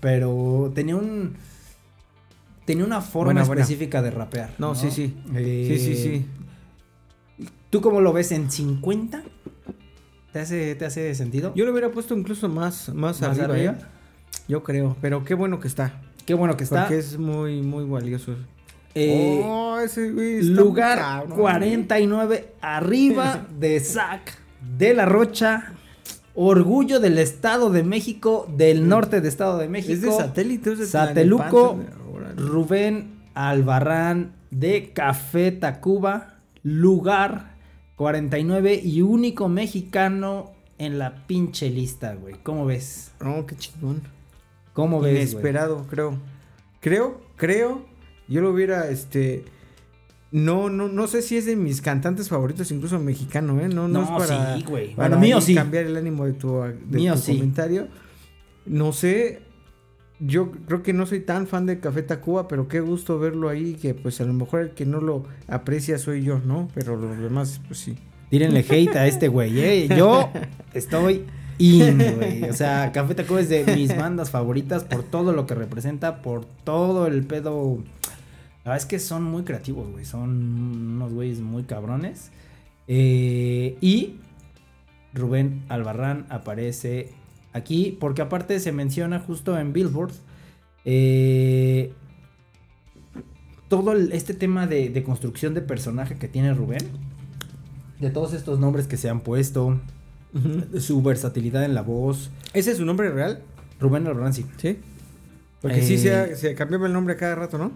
S2: pero tenía un tenía una forma
S4: Buena, buena.
S2: específica de rapear.
S4: No, sí, sí.
S2: Eh,
S4: Sí, sí, sí.
S2: ¿Tú cómo lo ves en 50? ¿Te hace te hace sentido?
S4: Yo lo hubiera puesto incluso más, más,
S2: Más
S4: arriba,
S2: arriba.
S4: ¿eh? Yo creo, pero qué bueno que está.
S2: Qué bueno que está.
S4: Porque es muy, muy valioso.
S2: Eh,
S4: Oh, ese güey está
S2: Lugar
S4: cabrón.
S2: 49 arriba de Zac de la Rocha. Orgullo del Estado de México, del norte de Estado de México.
S4: Es de satélite, es de
S2: Sateluco,
S4: Tlalnepantla. Órale.
S2: Rubén Albarrán de Café Tacuba, lugar 49 y único mexicano en la pinche lista, güey. ¿Cómo ves?
S4: No, qué chingón.
S2: ¿Cómo ves? güey?
S4: Inesperado, creo. Creo, creo. Yo lo hubiera, este. No, no, no sé si es de mis cantantes favoritos, incluso mexicano, ¿eh? No, no,
S2: No,
S4: es para.
S2: sí, güey.
S4: para
S2: Bueno, mío
S4: ahí
S2: sí.
S4: Cambiar el ánimo de tu, de
S2: Mío
S4: tu
S2: sí.
S4: comentario. No sé. Yo creo que no soy tan fan de Café Tacuba, pero qué gusto verlo ahí. Que pues a lo mejor el que no lo aprecia soy yo, ¿no? Pero los demás, pues sí.
S2: Tírenle hate a este güey, ¿eh? Yo estoy in, güey. O sea, Café Tacuba es de mis bandas favoritas por todo lo que representa, por todo el pedo. La verdad es que son muy creativos, güey. Son unos güeyes muy cabrones. Eh, y Rubén Albarrán aparece aquí, porque aparte se menciona justo en Billboard eh, todo el- este tema de, de construcción de personaje que tiene Rubén, de todos estos nombres que se han puesto, su versatilidad en la voz,
S4: ¿Ese es su nombre real?
S2: Rubén Albranzi.
S4: Sí. Porque sí
S2: Eh.
S4: se, ha- se cambiaba el nombre a cada rato, ¿no?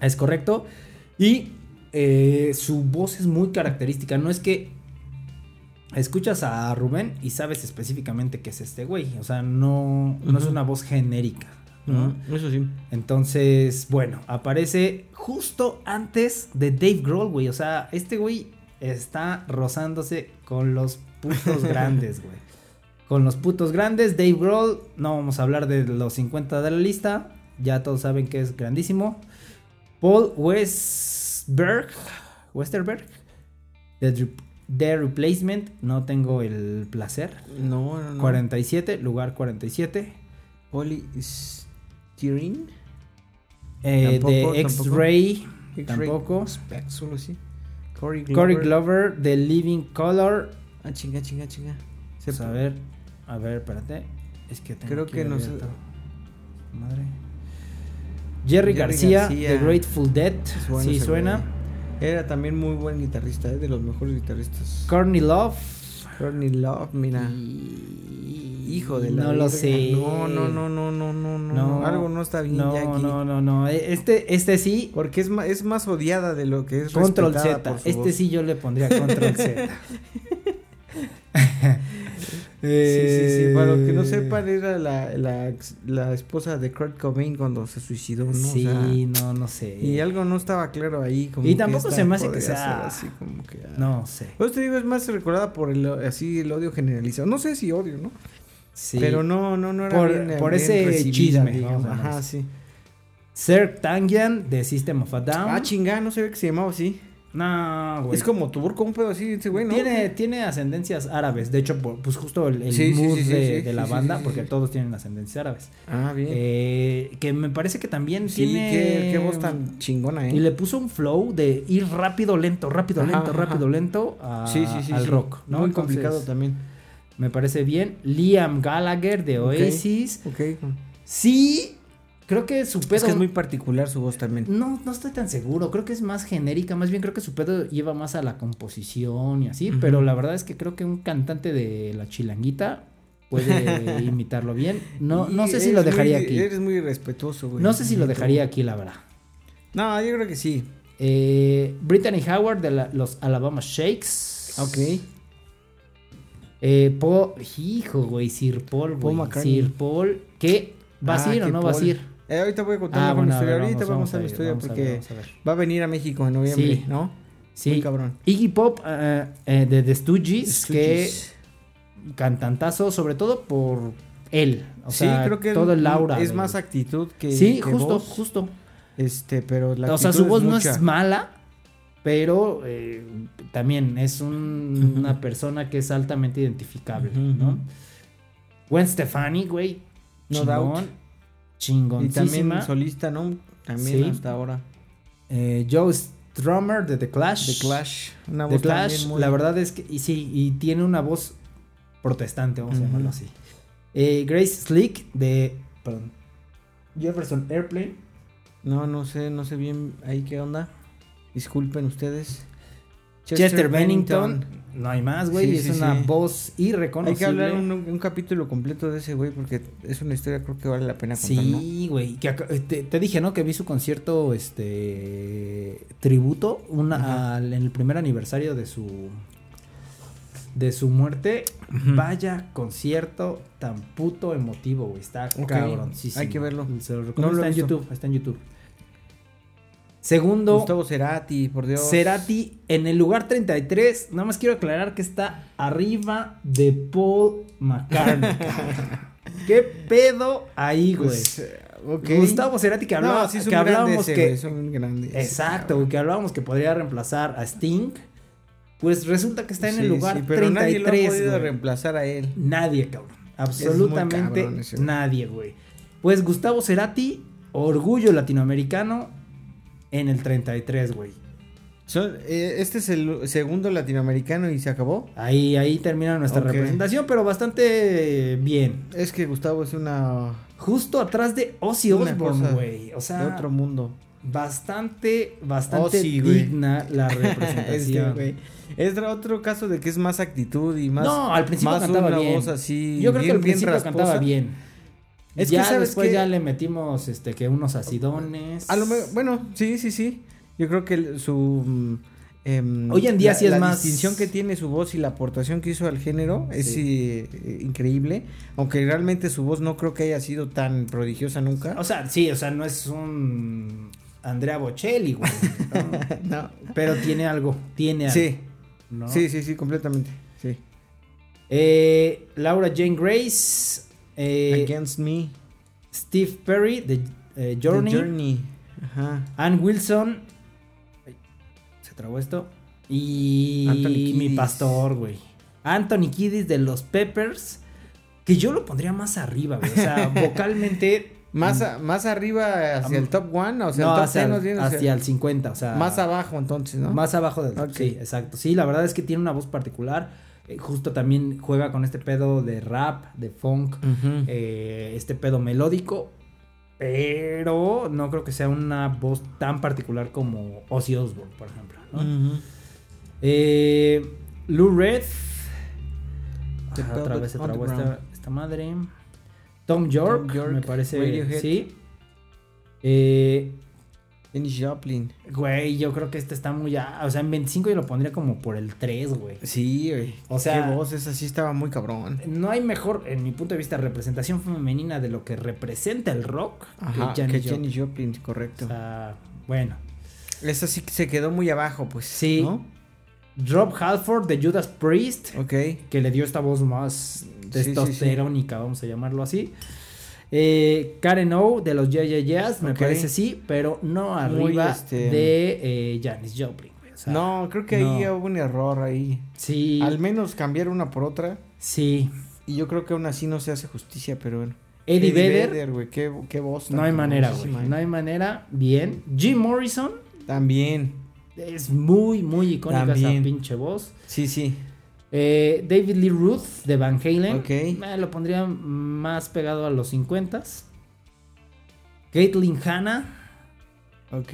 S2: Es correcto. Y eh, su voz es muy característica. No es que escuchas a Rubén y sabes específicamente que es este güey. O sea, no, no es
S4: Ujú.
S2: una voz genérica. ¿no?
S4: Eso sí.
S2: Entonces, bueno, aparece justo antes de Dave Grohl, güey. O sea, este güey está rozándose con los putos grandes, güey. Con los putos grandes, Dave Grohl, no vamos a hablar de los 50 de la lista, ya todos saben que es grandísimo. Paul Westberg, Westerberg, The, Re- The Replacement, no tengo el placer.
S4: No, no, no.
S2: 47, lugar 47.
S4: Polystyrene.
S2: Eh,
S4: Tampoco,
S2: de
S4: tampoco.
S2: X-Ray,
S4: X-Ray.
S2: tampoco.
S4: Specs, solo sí. Cory Glover.
S2: Corey Glover de Living Color.
S4: Ah, chinga, chinga, chinga. Se-
S2: Pues, a ver, a ver, espérate. Es que tengo
S4: Creo
S2: aquí
S4: que no sé.
S2: abierto. Madre. Jerry,
S4: Jerry
S2: García,
S4: García.
S2: de Grateful Dead.
S4: Suena
S2: sí,
S4: ese
S2: suena.
S4: güey. Era también muy buen guitarrista, ¿eh? de los mejores guitarristas.
S2: Courtney Love.
S4: Courtney Love, mira.
S2: Y-
S4: Hijo de la
S2: No lo
S4: verga.
S2: sé.
S4: No, no, no, no, no, no, no,
S2: No,
S4: Algo no está bien
S2: No,
S4: ya aquí.
S2: no, no, no. E- Este, este sí.
S4: Porque es más, es más odiada de lo que es
S2: Control
S4: respetada
S2: Z.
S4: por su
S2: Este
S4: voz.
S2: sí yo le pondría Control Z.
S4: Sí, sí, sí. Para los que no sepan,
S2: Eh,
S4: era la, la, ex- la esposa de Kurt Cobain cuando se suicidó, ¿no? O
S2: Sí,
S4: sea,
S2: no, no sé.
S4: y algo no estaba claro ahí. Como
S2: Y
S4: que
S2: tampoco
S4: esta
S2: se me hace que
S4: podría
S2: sea-
S4: ser Así como que. ah.
S2: No sé.
S4: Pues te digo, es más recordada por el, así, el odio generalizado. No sé si odio, ¿no?
S2: Sí.
S4: Pero no, no, no era
S2: Por-
S4: bien-
S2: por
S4: bien
S2: ese
S4: recibida,
S2: chisme,
S4: digamos.
S2: más o
S4: Ajá,
S2: menos.
S4: sí.
S2: Serg Tangian de System of a Down.
S4: Ah, chingada, no se ve que se llamaba así.
S2: no, güey.
S4: Es como turco, un pedo así, ese güey, ¿no?
S2: Pues Tiene, tiene ascendencias árabes. De hecho, por- pues justo el, el
S4: Sí, sí,
S2: mood
S4: sí, sí,
S2: de,
S4: sí,
S2: de la
S4: sí, sí,
S2: banda,
S4: sí,
S2: porque
S4: sí.
S2: todos tienen ascendencias árabes.
S4: Ah, bien.
S2: Eh, que me parece que también
S4: sí,
S2: tiene.
S4: qué, qué voz tan chingona, ¿eh?
S2: Y le puso un flow de ir rápido, lento, rápido,
S4: Ajá,
S2: lento,
S4: ajá.
S2: rápido, lento a-
S4: Sí, sí, sí,
S2: al
S4: sí.
S2: rock. ¿no?
S4: Muy
S2: Entonces,
S4: complicado también.
S2: Me parece bien. Liam Gallagher de
S4: Ok.
S2: Oasis.
S4: Ok.
S2: Sí, creo que su pedo.
S4: Es que es muy particular su voz también.
S2: No, no estoy tan seguro. Creo que es más genérica. Más bien creo que su pedo lleva más a la composición y así.
S4: Ujú.
S2: Pero la verdad es que creo que un cantante de la chilanguita puede imitarlo bien. No, no
S4: Y
S2: sé si lo
S4: eres
S2: dejaría
S4: muy-
S2: aquí.
S4: Eres muy respetuoso, güey.
S2: No sé si lo dejaría aquí, la verdad.
S4: No, yo creo que sí.
S2: Eh, Brittany Howard de la- los Alabama Shakes.
S4: Ok.
S2: Eh, Paul, hijo, güey, Sir Paul, güey.
S4: Paul McCartney.
S2: Sir Paul, ¿qué? ¿Va
S4: Ah,
S2: a ir o
S4: que
S2: no va a
S4: Paul.
S2: ir?
S4: Eh, ahorita voy a contar
S2: Ah,
S4: mejor
S2: bueno,
S4: mi
S2: a
S4: historia.
S2: ver,
S4: ahorita
S2: vamos,
S4: vamos, a mi
S2: ver,
S4: historia
S2: vamos a ver,
S4: porque
S2: vamos a ver.
S4: va a venir a México en noviembre,
S2: Sí.
S4: ¿no? Muy
S2: Sí,
S4: cabrón.
S2: Iggy Pop eh, eh, de The Stooges,
S4: Stooges.
S2: que cantantazo, sobre todo por él. O sea,
S4: sí, creo que
S2: todo el aura.
S4: es
S2: del-
S4: más actitud que
S2: Sí,
S4: que
S2: justo,
S4: voz,
S2: justo.
S4: Este, pero la
S2: o sea,
S4: actitud
S2: su voz no
S4: mucha.
S2: es mala, pero eh, también es un-
S4: Ujú.
S2: una persona que es altamente identificable,
S4: Ujú,
S2: ¿no?
S4: ujú.
S2: Gwen Stefani, güey.
S4: No doubt.
S2: chingón.
S4: Y también
S2: Chingoncísima.
S4: solista, ¿no? También
S2: Sí.
S4: hasta ahora.
S2: Eh, Joe Strummer de The Clash.
S4: The Clash. Una
S2: The
S4: voz
S2: Clash,
S4: también muy-
S2: la verdad es que, y sí, y tiene una voz protestante, vamos a
S4: Ujú.
S2: llamarlo así. Eh, Grace Slick de, perdón, Jefferson Airplane.
S4: No, no sé, no sé bien ahí qué onda. Disculpen ustedes.
S2: Chester, Bennington. No hay más, güey,
S4: Sí,
S2: es
S4: sí,
S2: una
S4: sí.
S2: voz
S4: Hay que
S2: irreconocible.
S4: hablar un, un capítulo completo de ese güey porque es una historia creo que vale la pena contar, ¿no?
S2: Sí, güey, que acá- este, te, te dije, ¿no? Que vi su concierto, este, tributo, una,
S4: Ajá.
S2: al- en el primer aniversario de su, de su muerte. Vaya concierto tan puto emotivo, güey. Está
S4: Ok,
S2: cabroncísimo.
S4: hay que verlo.
S2: Se lo recomiendo.
S4: No lo
S2: está
S4: he
S2: en
S4: visto.
S2: YouTube. Está en YouTube. Segundo,
S4: Gustavo Cerati, por Dios.
S2: Cerati en el lugar 33. Nada más quiero aclarar que está arriba de Paul McCartney. cabrón. ¿Qué pedo ahí, güey?
S4: Pues, eh, ok.
S2: Gustavo Cerati que,
S4: No,
S2: hablaba,
S4: sí es un
S2: que
S4: grande
S2: hablábamos
S4: ese,
S2: que...
S4: güey, es un grande ese,
S2: Exacto,
S4: cabrón.
S2: güey, que hablábamos que podría reemplazar a Sting. Pues resulta que está en
S4: Sí,
S2: el lugar
S4: sí, pero nadie lo ha
S2: 33.
S4: podido
S2: güey.
S4: reemplazar a él.
S2: Nadie, cabrón.
S4: muy
S2: Absolutamente
S4: cabrón ese güey.
S2: nadie, güey. Pues Gustavo Cerati, orgullo latinoamericano, en el 33, güey.
S4: Son- eh, este es el segundo latinoamericano y se acabó.
S2: Ahí, ahí termina nuestra
S4: Ok.
S2: representación, pero bastante eh, bien.
S4: Es que Gustavo es una
S2: Justo atrás de Ozzy
S4: Una
S2: Osbourne,
S4: cosa
S2: güey. O sea,
S4: de otro mundo.
S2: bastante, bastante
S4: Ozzy, güey.
S2: digna la
S4: Este,
S2: representación.
S4: güey. Es otro- otro caso de que es más actitud y más
S2: no, al principio
S4: más
S2: cantaba
S4: una
S2: bien.
S4: voz así
S2: Yo creo que
S4: bien-
S2: al
S4: bien
S2: principio
S4: rasposa.
S2: cantaba bien.
S4: Es que,
S2: ya
S4: ¿sabes
S2: después
S4: qué?
S2: ya le metimos este que unos acidones.
S4: A lo me- bueno, sí, sí, sí. Yo creo que el- su mm, em,
S2: Hoy en día
S4: la-
S2: sí es
S4: la
S2: más-
S4: distinción que tiene su voz y la aportación que hizo al género es
S2: Sí.
S4: eh, increíble, aunque realmente su voz no creo que haya sido tan prodigiosa nunca.
S2: O sea, sí, o sea, no es un Andrea Bocelli, güey. ¿no?
S4: No.
S2: Pero tiene algo, tiene algo.
S4: Sí,
S2: ¿no?
S4: sí, sí, sí, completamente. Sí.
S2: Eh, Laura Jane Grace. eh,
S4: Against Me,
S2: Steve Perry de eh,
S4: The
S2: Journey,
S4: Journey. Ajá.
S2: Ann Wilson. Ay, Se trabó esto. Y
S4: Anthony Kiedis.
S2: mi pastor, güey. Anthony Kiddis de los Peppers. Que yo lo pondría más arriba, güey. O sea, vocalmente.
S4: Más, a- más arriba hacia
S2: Am-
S4: el top one, o sea,
S2: no,
S4: el top
S2: hacia,
S4: 10
S2: el,
S4: nos viene hacia-
S2: hacia el 50, o sea.
S4: más abajo entonces, ¿no?
S2: Más abajo del
S4: Ok.
S2: Sí, exacto. Sí, la verdad es que tiene una voz particular. Eh, justo también juega con este pedo de rap, de funk,
S4: Ujú.
S2: eh, este pedo melódico. Pero no creo que sea una voz tan particular como Ozzy Osbourne, por ejemplo. ¿no?
S4: Ujú.
S2: Eh, Lou Red.
S4: The
S2: Ajá, otra
S4: Velvet
S2: vez se trabó
S4: Underground.
S2: esta, esta madre. Tom York,
S4: Tom York,
S2: me parece.
S4: Radiohead.
S2: Sí. Eh,
S4: Janis Joplin.
S2: Güey, yo creo que este está muy. a- O sea, en 25 yo lo pondría como por el 3, güey.
S4: Sí, güey.
S2: O sea-
S4: Qué voz, esa sí estaba muy cabrón.
S2: No hay mejor, en mi punto de vista, representación femenina de lo que representa el rock
S4: Ajá,
S2: que Janis Joplin.
S4: Janis Joplin,
S2: O
S4: correcto.
S2: sea, bueno.
S4: Esa sí que se quedó muy abajo, pues.
S2: Sí.
S4: ¿no?
S2: Rob Halford de Judas Priest,
S4: Ok.
S2: que le dio esta voz más testosterónica, vamos a llamarlo así. Eh, Karen O de los Yeah Yeah Yeahs, me
S4: Ok.
S2: parece sí, pero no arriba
S4: este-
S2: de eh, Janis Joplin. güey. O sea,
S4: no, creo que ahí
S2: no.
S4: hubo un error ahí.
S2: Sí,
S4: Al menos cambiar una por otra.
S2: sí.
S4: Y yo creo que aún así no se hace justicia, pero bueno.
S2: Eddie, Vedder,
S4: güey. Qué, qué voz. tan
S2: No hay manera, güey.
S4: famosísima,
S2: No hay manera. Bien. Jim Morrison
S4: También.
S2: es muy, muy icónica esa
S4: También.
S2: pinche voz.
S4: Sí, sí.
S2: Eh, David Lee Ruth de Van Halen.
S4: Ok.
S2: Eh, lo pondría más pegado a los 50. Caitlin Hanna.
S4: Ok.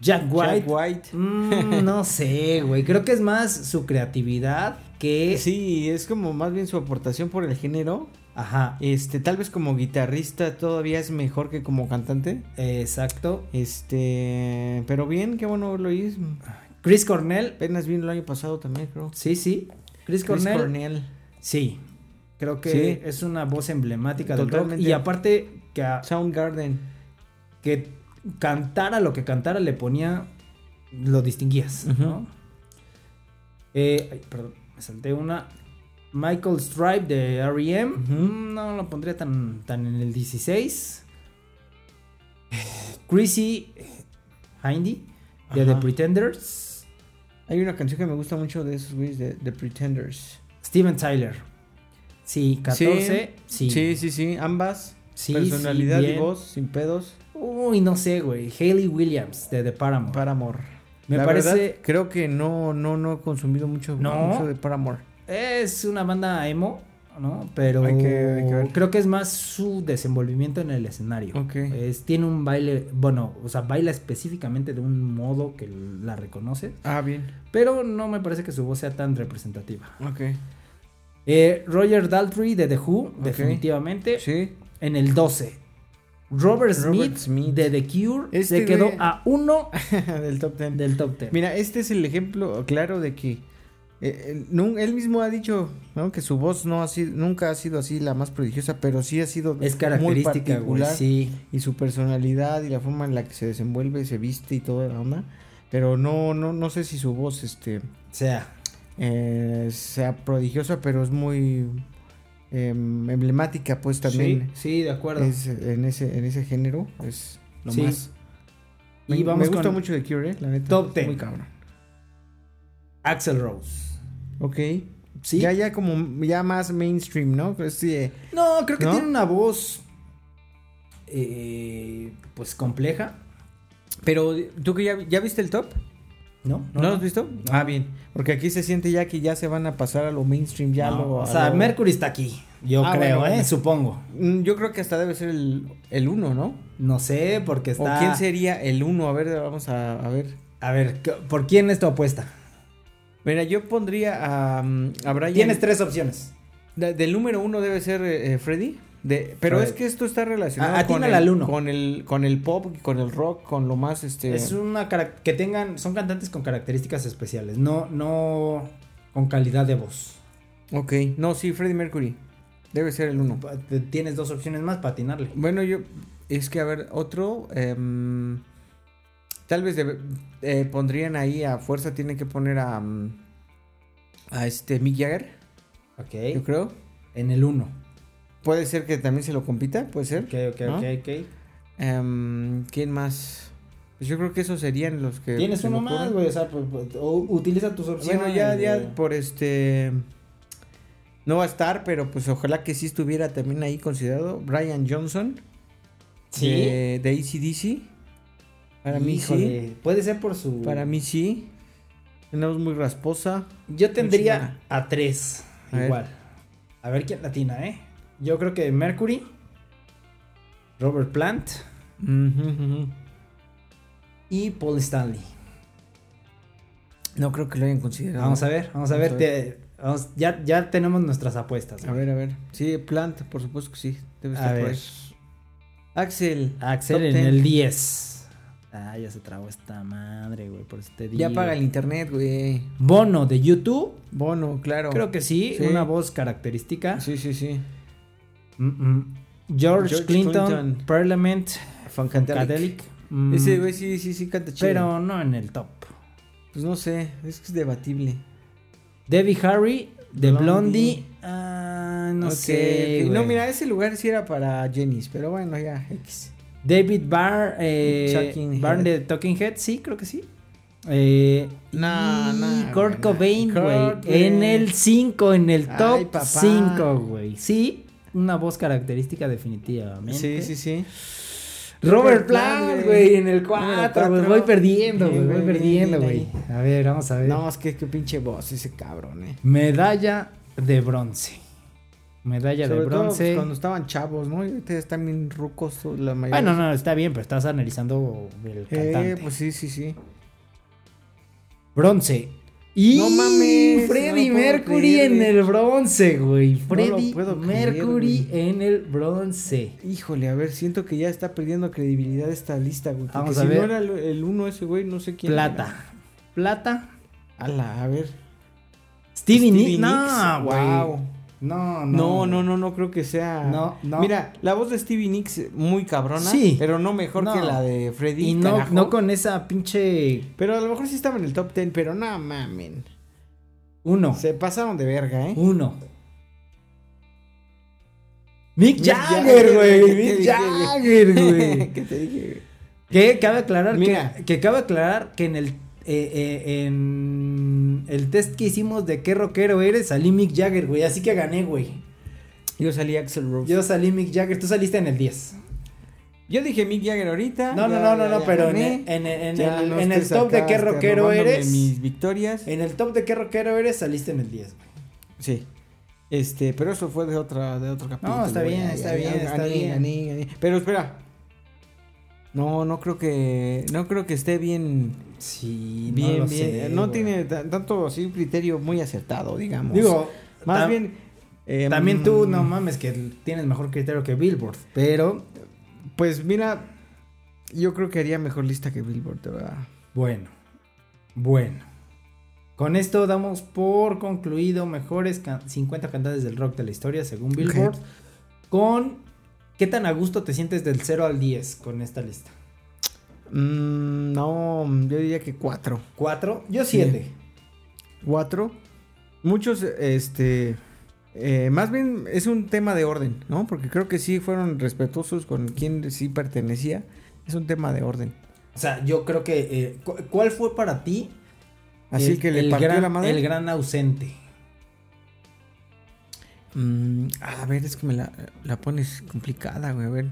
S2: Jack White.
S4: Jack White.
S2: Mm, no sé, güey. Creo que es más su creatividad que.
S4: Sí, es como más bien su aportación por el género.
S2: Ajá.
S4: Este, tal vez como guitarrista todavía es mejor que como cantante.
S2: Exacto.
S4: Este, pero bien, qué bueno lo hizo.
S2: Chris Cornell.
S4: Apenas vino el año pasado también, creo.
S2: Sí, sí. Chris,
S4: Chris
S2: Cornell.
S4: Cornell.
S2: Sí. Creo que
S4: Sí.
S2: es una voz emblemática del rock.
S4: Totalmente.
S2: Y aparte que, a-
S4: Soundgarden.
S2: que cantara lo que cantara le ponía. Lo distinguías, ¿no?
S4: Ujú.
S2: Eh, ay, perdón, me salté una. Michael Stripe de REM. Mm, No lo pondría tan, tan en el 16. Chrissy Hindy de The
S4: Ajá.
S2: Pretenders.
S4: Hay una canción que me gusta mucho de esos güeyes de The Pretenders.
S2: Steven Tyler. Sí, 14. Sí,
S4: sí, sí, sí, ambas.
S2: Sí,
S4: Personalidad
S2: sí,
S4: y
S2: bien.
S4: voz sin pedos.
S2: Uy, no sé, güey. Hayley Williams de The Paramore.
S4: Paramore.
S2: Me
S4: La
S2: parece.
S4: verdad, creo que no no no he consumido mucho
S2: ¿No?
S4: mucho de Paramore.
S2: Es una banda emo, ¿no? Pero
S4: Hay que- hay que ver.
S2: creo que es más su desenvolvimiento en el escenario.
S4: Ok.
S2: Es- tiene un baile, bueno, o sea, baila específicamente de un modo que la reconoce,
S4: Ah, bien.
S2: pero no me parece que su voz sea tan representativa.
S4: Ok.
S2: Eh, Roger Daltrey de The Who,
S4: Ok.
S2: definitivamente,
S4: Sí.
S2: en el 12. Robert Smith,
S4: Robert Smith.
S2: de The Cure se
S4: Este
S2: quedó
S4: güey-
S2: a uno
S4: Del top ten.
S2: del top 10.
S4: Mira, este es el ejemplo claro de que eh, eh, nun- él mismo ha dicho ¿no? que su voz no ha sido, nunca ha sido así la más prodigiosa, pero sí ha sido
S2: Es
S4: muy
S2: característica, güey.
S4: particular
S2: Sí.
S4: y su personalidad y la forma en la que se desenvuelve, se viste y toda la onda. Pero no, no, no sé si su voz este
S2: O sea,
S4: eh, sea prodigiosa, pero es muy em, emblemática, pues también
S2: Sí, sí, de acuerdo.
S4: es en ese, en ese género, es lo
S2: Sí.
S4: más.
S2: Y
S4: Me,
S2: vamos
S4: me gusta
S2: con
S4: mucho de Cure, eh, la neta.
S2: Top
S4: es
S2: ten.
S4: Muy cabrón.
S2: Axel Rose.
S4: Ok.
S2: Sí.
S4: Ya, ya como, ya más mainstream, ¿no? Pues sí, eh,
S2: No, creo que
S4: ¿No?
S2: tiene una voz. eh, pues compleja.
S4: Pero, ¿tú que ya, ya viste el top?
S2: No,
S4: ¿No, lo has visto? Ah, bien. Porque aquí se siente ya que ya se van a pasar a lo mainstream, ya
S2: No,
S4: lo.
S2: o
S4: a
S2: sea,
S4: lo-
S2: Mercury está aquí. Yo
S4: Ah,
S2: creo,
S4: bueno,
S2: ¿eh?
S4: bueno.
S2: Supongo.
S4: Mm, Yo creo que hasta debe ser el, el uno, ¿no?
S2: No sé, porque está.
S4: ¿O quién sería el uno? A ver, vamos a, a ver.
S2: A ver, ¿qué- ¿por quién es tu apuesta?
S4: Mira, yo pondría a, mm, a Brian.
S2: Tienes tres opciones.
S4: de- del número uno debe ser eh, eh, Freddy. De, pero
S2: Fred.
S4: es que esto está relacionado
S2: Ah,
S4: con,
S2: atínale al
S4: el,
S2: uno.
S4: con el con el pop, con el rock, con lo más este.
S2: Es una carac- que tengan, son cantantes con características especiales, no, no con calidad de voz.
S4: Ok. No, sí, Freddy Mercury. Debe ser el uno.
S2: Pa- te- Tienes dos opciones más para atinarle.
S4: Bueno, yo. Es que, a ver, otro. em, tal vez debe- eh, pondrían ahí a fuerza, tienen que poner a. mm, a este Mick Jagger,
S2: Ok.
S4: yo creo.
S2: En el uno.
S4: Puede ser que también se lo compita, puede ser.
S2: Ok, ok,
S4: ¿No?
S2: ok, ok.
S4: Em, ¿Quién más? Pues yo creo que esos serían los que.
S2: Tienes
S4: se me
S2: uno más,
S4: ocurren.
S2: güey. O sea, pues, pues, o- utiliza tus opciones.
S4: Bueno, ya,
S2: güey.
S4: ya, por este. No va a estar, pero pues ojalá que sí estuviera también ahí considerado. Brian Johnson.
S2: Sí.
S4: De, de ACDC. Para mí sí.
S2: Híjole, Puede ser por su.
S4: Para mí sí. Tenemos muy rasposa.
S2: Yo tendría
S4: Chingada.
S2: a tres.
S4: A ver.
S2: igual. A ver quién latina, ¿eh? Yo creo que Mercury, Robert Plant
S4: Ujú, ujú.
S2: y Paul Stanley.
S4: No creo que lo hayan considerado.
S2: Vamos a ver, vamos a
S4: Vamos
S2: ver.
S4: a
S2: te- vamos- ya, ya tenemos nuestras apuestas.
S4: A
S2: güey.
S4: ver, a ver. Sí, Plant, por supuesto que sí. Debe
S2: A
S4: estar por
S2: ver.
S4: ahí. Axel.
S2: Axel
S4: Top
S2: en
S4: 10.
S2: el 10. Ah, ya se trabó esta madre, güey. Por eso te
S4: Ya
S2: digo.
S4: paga el internet, güey.
S2: Bono de YouTube.
S4: Bono, claro.
S2: Creo que sí,
S4: Sí.
S2: una voz característica.
S4: Sí, sí, sí.
S2: Mm, mm. George,
S4: George
S2: Clinton,
S4: Clinton.
S2: Parliament,
S4: Funkadelic.
S2: Funkadelic. Mm,
S4: Ese güey sí, sí, sí canta chido.
S2: pero no en el top.
S4: Pues no sé, es que es debatible.
S2: Debbie Harry, de Blondie.
S4: Blondie.
S2: Ah, no
S4: Ok,
S2: sé.
S4: ok.
S2: güey.
S4: No, mira, ese lugar sí era para Jennys, pero bueno, ya, X.
S2: David Barr, eh,
S4: Talking Head.
S2: Barr de Talking Head, sí, creo que sí. Eh,
S4: No,
S2: y
S4: no,
S2: Kurt
S4: güey,
S2: Cobain,
S4: no.
S2: güey.
S4: Kurt, güey.
S2: En el 5, en el
S4: Ay,
S2: top
S4: papá.
S2: 5, güey. Sí, una voz característica definitivamente.
S4: Sí, sí, sí.
S2: Robert
S4: Robert
S2: Plant, güey,
S4: Plant, güey.
S2: en el
S4: Número
S2: 4,
S4: cuatro.
S2: güey. Voy perdiendo,
S4: Bien,
S2: güey. Voy
S4: güey,
S2: perdiendo,
S4: bien,
S2: güey.
S4: bien
S2: A ver, vamos a ver.
S4: No, es que es que pinche voz ese cabrón, eh.
S2: Medalla de bronce. Medalla
S4: Sobre
S2: de
S4: todo pues,
S2: bronce.
S4: cuando estaban chavos, ¿no? Y ahorita ya están bien rucos la mayoría.
S2: Bueno, no, está bien, pero estás analizando el
S4: Eh,
S2: cantante.
S4: pues sí, sí, sí.
S2: Bronce. Y
S4: No mames,
S2: Freddy
S4: no lo puedo
S2: Mercury
S4: creer,
S2: en
S4: güey.
S2: el bronce, güey. Freddy
S4: puedo creer,
S2: Mercury
S4: güey.
S2: en el bronce.
S4: Híjole, a ver, siento que ya está perdiendo credibilidad esta lista, güey. porque
S2: Vamos a
S4: si
S2: ver.
S4: no era el, el uno ese güey, no sé quién.
S2: Plata. Plata.
S4: era. Ala, a ver.
S2: Stevie, Nicks.
S4: Stevie
S2: No, güey.
S4: Wow.
S2: No,
S4: No, no, no, no creo que sea.
S2: No, no.
S4: Mira, la voz de Stevie Nicks eh, muy cabrona.
S2: Sí.
S4: Pero no mejor
S2: No.
S4: que la de Freddy.
S2: Y no,
S4: carajo.
S2: no con esa pinche
S4: Pero a lo mejor sí estaba en el top 10, pero no mamen.
S2: uno.
S4: Se pasaron de verga, ¿eh?
S2: Uno. Mick
S4: Mick
S2: Jagger,
S4: Jagger,
S2: güey.
S4: ¿qué te
S2: Mick
S4: dije,
S2: Jagger, güey.
S4: ¿Qué te dije? güey?
S2: Que cabe aclarar
S4: Mira.
S2: que, que cabe aclarar que en el eh, eh, en el test que hicimos de qué rockero eres salí Mick Jagger, güey, así que gané, güey.
S4: Yo salí Axel Rose. Yo,
S2: Yo salí Mick Jagger, tú saliste en el 10.
S4: dije Mick Jagger ahorita.
S2: No, no,
S4: Ah, ya,
S2: no, no,
S4: ya,
S2: no,
S4: ya
S2: pero en,
S4: gané.
S2: el- en el- en
S4: Ya
S2: el,
S4: no
S2: en el
S4: estés
S2: top de
S4: acá,
S2: qué
S4: este,
S2: rockero
S4: robándome
S2: eres, Eh.
S4: Mis victorias.
S2: en el top de qué rockero eres saliste en el 10, güey.
S4: Sí. Este, pero eso fue de otra, de otro capítulo.
S2: está
S4: güey.
S2: bien,
S4: Ya,
S2: está
S4: ya,
S2: bien,
S4: ya,
S2: está
S4: gané,
S2: bien.
S4: gané, gané. Pero espera. No, no creo que, no creo que esté bien,
S2: Sí,
S4: bien,
S2: lo
S4: bien.
S2: sé,
S4: no
S2: güey.
S4: tiene ta- tanto así un criterio muy acertado, digamos.
S2: Digo,
S4: más
S2: tam-
S4: bien. eh,
S2: también tú
S4: mm,
S2: no mames que tienes mejor criterio que Billboard, pero
S4: Pues mira, yo creo que haría mejor lista que Billboard, de verdad.
S2: Bueno, bueno. Con esto damos por concluido mejores can- 50 cantantes del rock de la historia según Billboard. Con qué tan a gusto te sientes del 0 al 10 con esta lista.
S4: Mm, no, yo diría que cuatro.
S2: ¿4? Yo
S4: Sí.
S2: 7.
S4: Cuatro. Muchos, este. eh, más bien es un tema de orden, ¿no? Porque creo que sí fueron respetuosos con quien sí pertenecía. Es un tema de orden.
S2: O sea, yo creo que. eh, cu- ¿Cuál fue para ti
S4: Así
S2: el-
S4: que le
S2: el
S4: partió
S2: gran,
S4: la madre.
S2: el gran ausente?
S4: Mm, a ver, es que me la, la pones complicada, güey. A ver.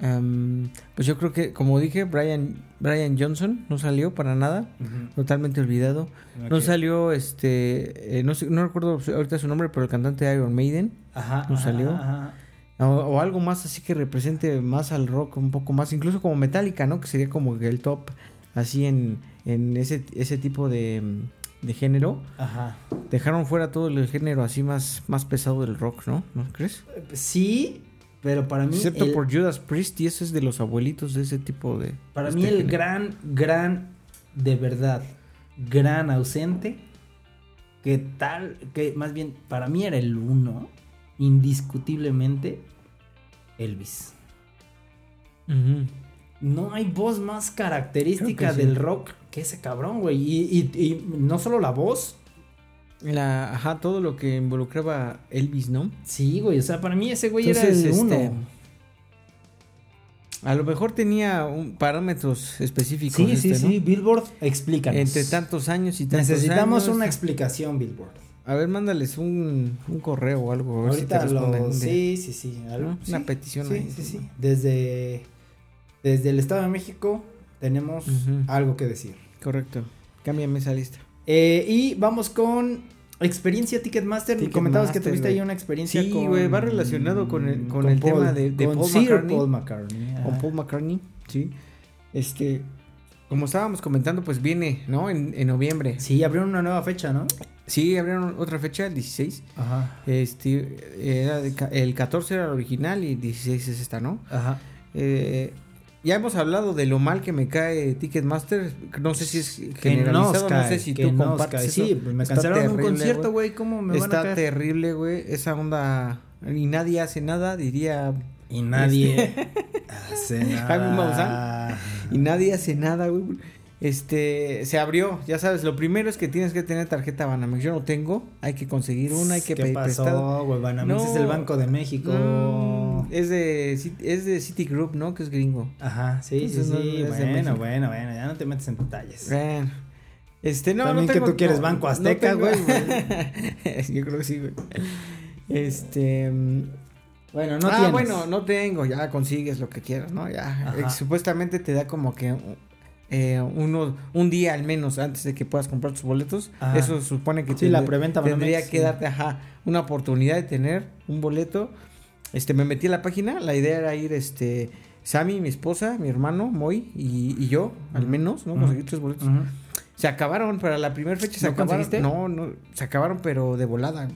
S4: Am, pues yo creo que, como dije, Brian, Brian Johnson no salió para nada. Totalmente olvidado. No
S2: Ok.
S4: salió, este, eh, no, sé- no recuerdo ahorita su nombre, pero el cantante de Iron Maiden.
S2: Ajá,
S4: no
S2: ajá,
S4: salió.
S2: ajá.
S4: O, o algo más así que represente más al rock, un poco más, incluso como Metallica, ¿no? Que sería como que el top, así en, en ese, ese tipo de, mm, de género.
S2: Ajá.
S4: Dejaron fuera todo el género así más, más pesado del rock, ¿no? ¿No crees?
S2: Sí, pero para mí.
S4: Excepto
S2: el-
S4: por Judas Priest, y eso es de los abuelitos de ese tipo de.
S2: Para
S4: este
S2: mí el
S4: género.
S2: gran, gran, de verdad, gran ausente, que tal, que más bien para mí era el uno, indiscutiblemente, Elvis.
S4: Ujú.
S2: No hay voz más característica
S4: Creo que sí.
S2: del rock que ese cabrón, güey. Y, y- y no solo la voz,
S4: La, ajá, todo lo que involucraba Elvis, ¿no?
S2: sí, güey. O sea, para mí ese güey
S4: Entonces,
S2: era el uno.
S4: este, A lo mejor tenía un- parámetros específicos.
S2: Sí, sí,
S4: este, ¿no?
S2: sí. Billboard, explícanos.
S4: Entre tantos años y tantos
S2: Necesitamos
S4: años.
S2: una explicación, Billboard.
S4: A ver, mándales un, un correo o algo. A ver
S2: Ahorita
S4: si te
S2: lo-
S4: responden. de-
S2: Sí, sí, sí. algo-
S4: ¿no? Una
S2: sí,
S4: petición
S2: Sí,
S4: ahí,
S2: sí, sí.
S4: ¿no?
S2: Desde, desde el Estado de México tenemos
S4: Ujú.
S2: algo que decir.
S4: Correcto. Cámbiame esa lista.
S2: Eh, y vamos con experiencia Ticketmaster.
S4: Ticketmaster,
S2: Comentabas que tuviste
S4: güey.
S2: ahí una experiencia
S4: Sí,
S2: con-
S4: güey, va relacionado con el- con el
S2: Paul-
S4: tema de- de
S2: con
S4: Paul
S2: Sir
S4: McCartney.
S2: Paul McCartney, ajá.
S4: Con Paul McCartney, sí. Este, como estábamos comentando, pues viene, ¿no? En, en noviembre.
S2: Sí, abrieron una nueva fecha, ¿no?
S4: Sí, abrieron otra fecha, el 16.
S2: Ajá.
S4: Este, era de ca- el 14 era el original y el 16 es esta, ¿no?
S2: Ajá.
S4: Eh, ya hemos hablado de lo mal que me cae Ticketmaster. No sé si es
S2: Que nos
S4: generalizado, no sé
S2: cae,
S4: si
S2: que
S4: tú
S2: nos
S4: compartes.
S2: cae.
S4: eso.
S2: Sí, me
S4: Está
S2: cancelaron
S4: terrible,
S2: un concierto, güey. ¿Cómo me
S4: Está
S2: van a caer?
S4: terrible, güey. Esa onda. Y nadie hace nada, diría.
S2: Y nadie hace
S4: Jaime Maussan. Y nadie hace nada, güey. Este. Se abrió, ya sabes. Lo primero es que tienes que tener tarjeta Banamex. Yo no tengo. Hay que conseguir una, hay que
S2: ¿Qué
S4: pedir prestada.
S2: pasó, güey? Banamex
S4: No.
S2: es el Banco de México.
S4: No, Mm, es, de, Cit- es de Citigroup, ¿no? Que es gringo.
S2: Ajá, sí,
S4: Entonces,
S2: sí,
S4: no,
S2: sí.
S4: es de
S2: Bueno,
S4: México.
S2: bueno, bueno, ya no te metes en detalles.
S4: Bueno. Este, no,
S2: También
S4: no
S2: que
S4: tengo-
S2: tú quieres
S4: no,
S2: Banco
S4: no
S2: Azteca,
S4: tengo-
S2: güey.
S4: Yo creo que sí, güey. Este. mm,
S2: Bueno, no
S4: ah,
S2: tienes.
S4: bueno, no tengo, ya consigues lo que quieras, ¿no? Ya.
S2: Ajá.
S4: eh, supuestamente te da como que eh, uno, un día al menos antes de que puedas comprar tus boletos.
S2: Ajá.
S4: Eso supone que
S2: Sí, la
S4: tendr-
S2: preventa Banamex,
S4: tendría que
S2: sí.
S4: darte, ajá, una oportunidad de tener un boleto. Este, me metí a la página, la idea era ir, este, Sammy, mi esposa, mi hermano, Moy y, y yo, al menos, ¿no?
S2: Ujú.
S4: Conseguí tres boletos.
S2: Ujú.
S4: Se acabaron para la primera fecha. Se
S2: ¿No
S4: acabaron.
S2: conseguiste?
S4: No, no, se acabaron, pero de volada.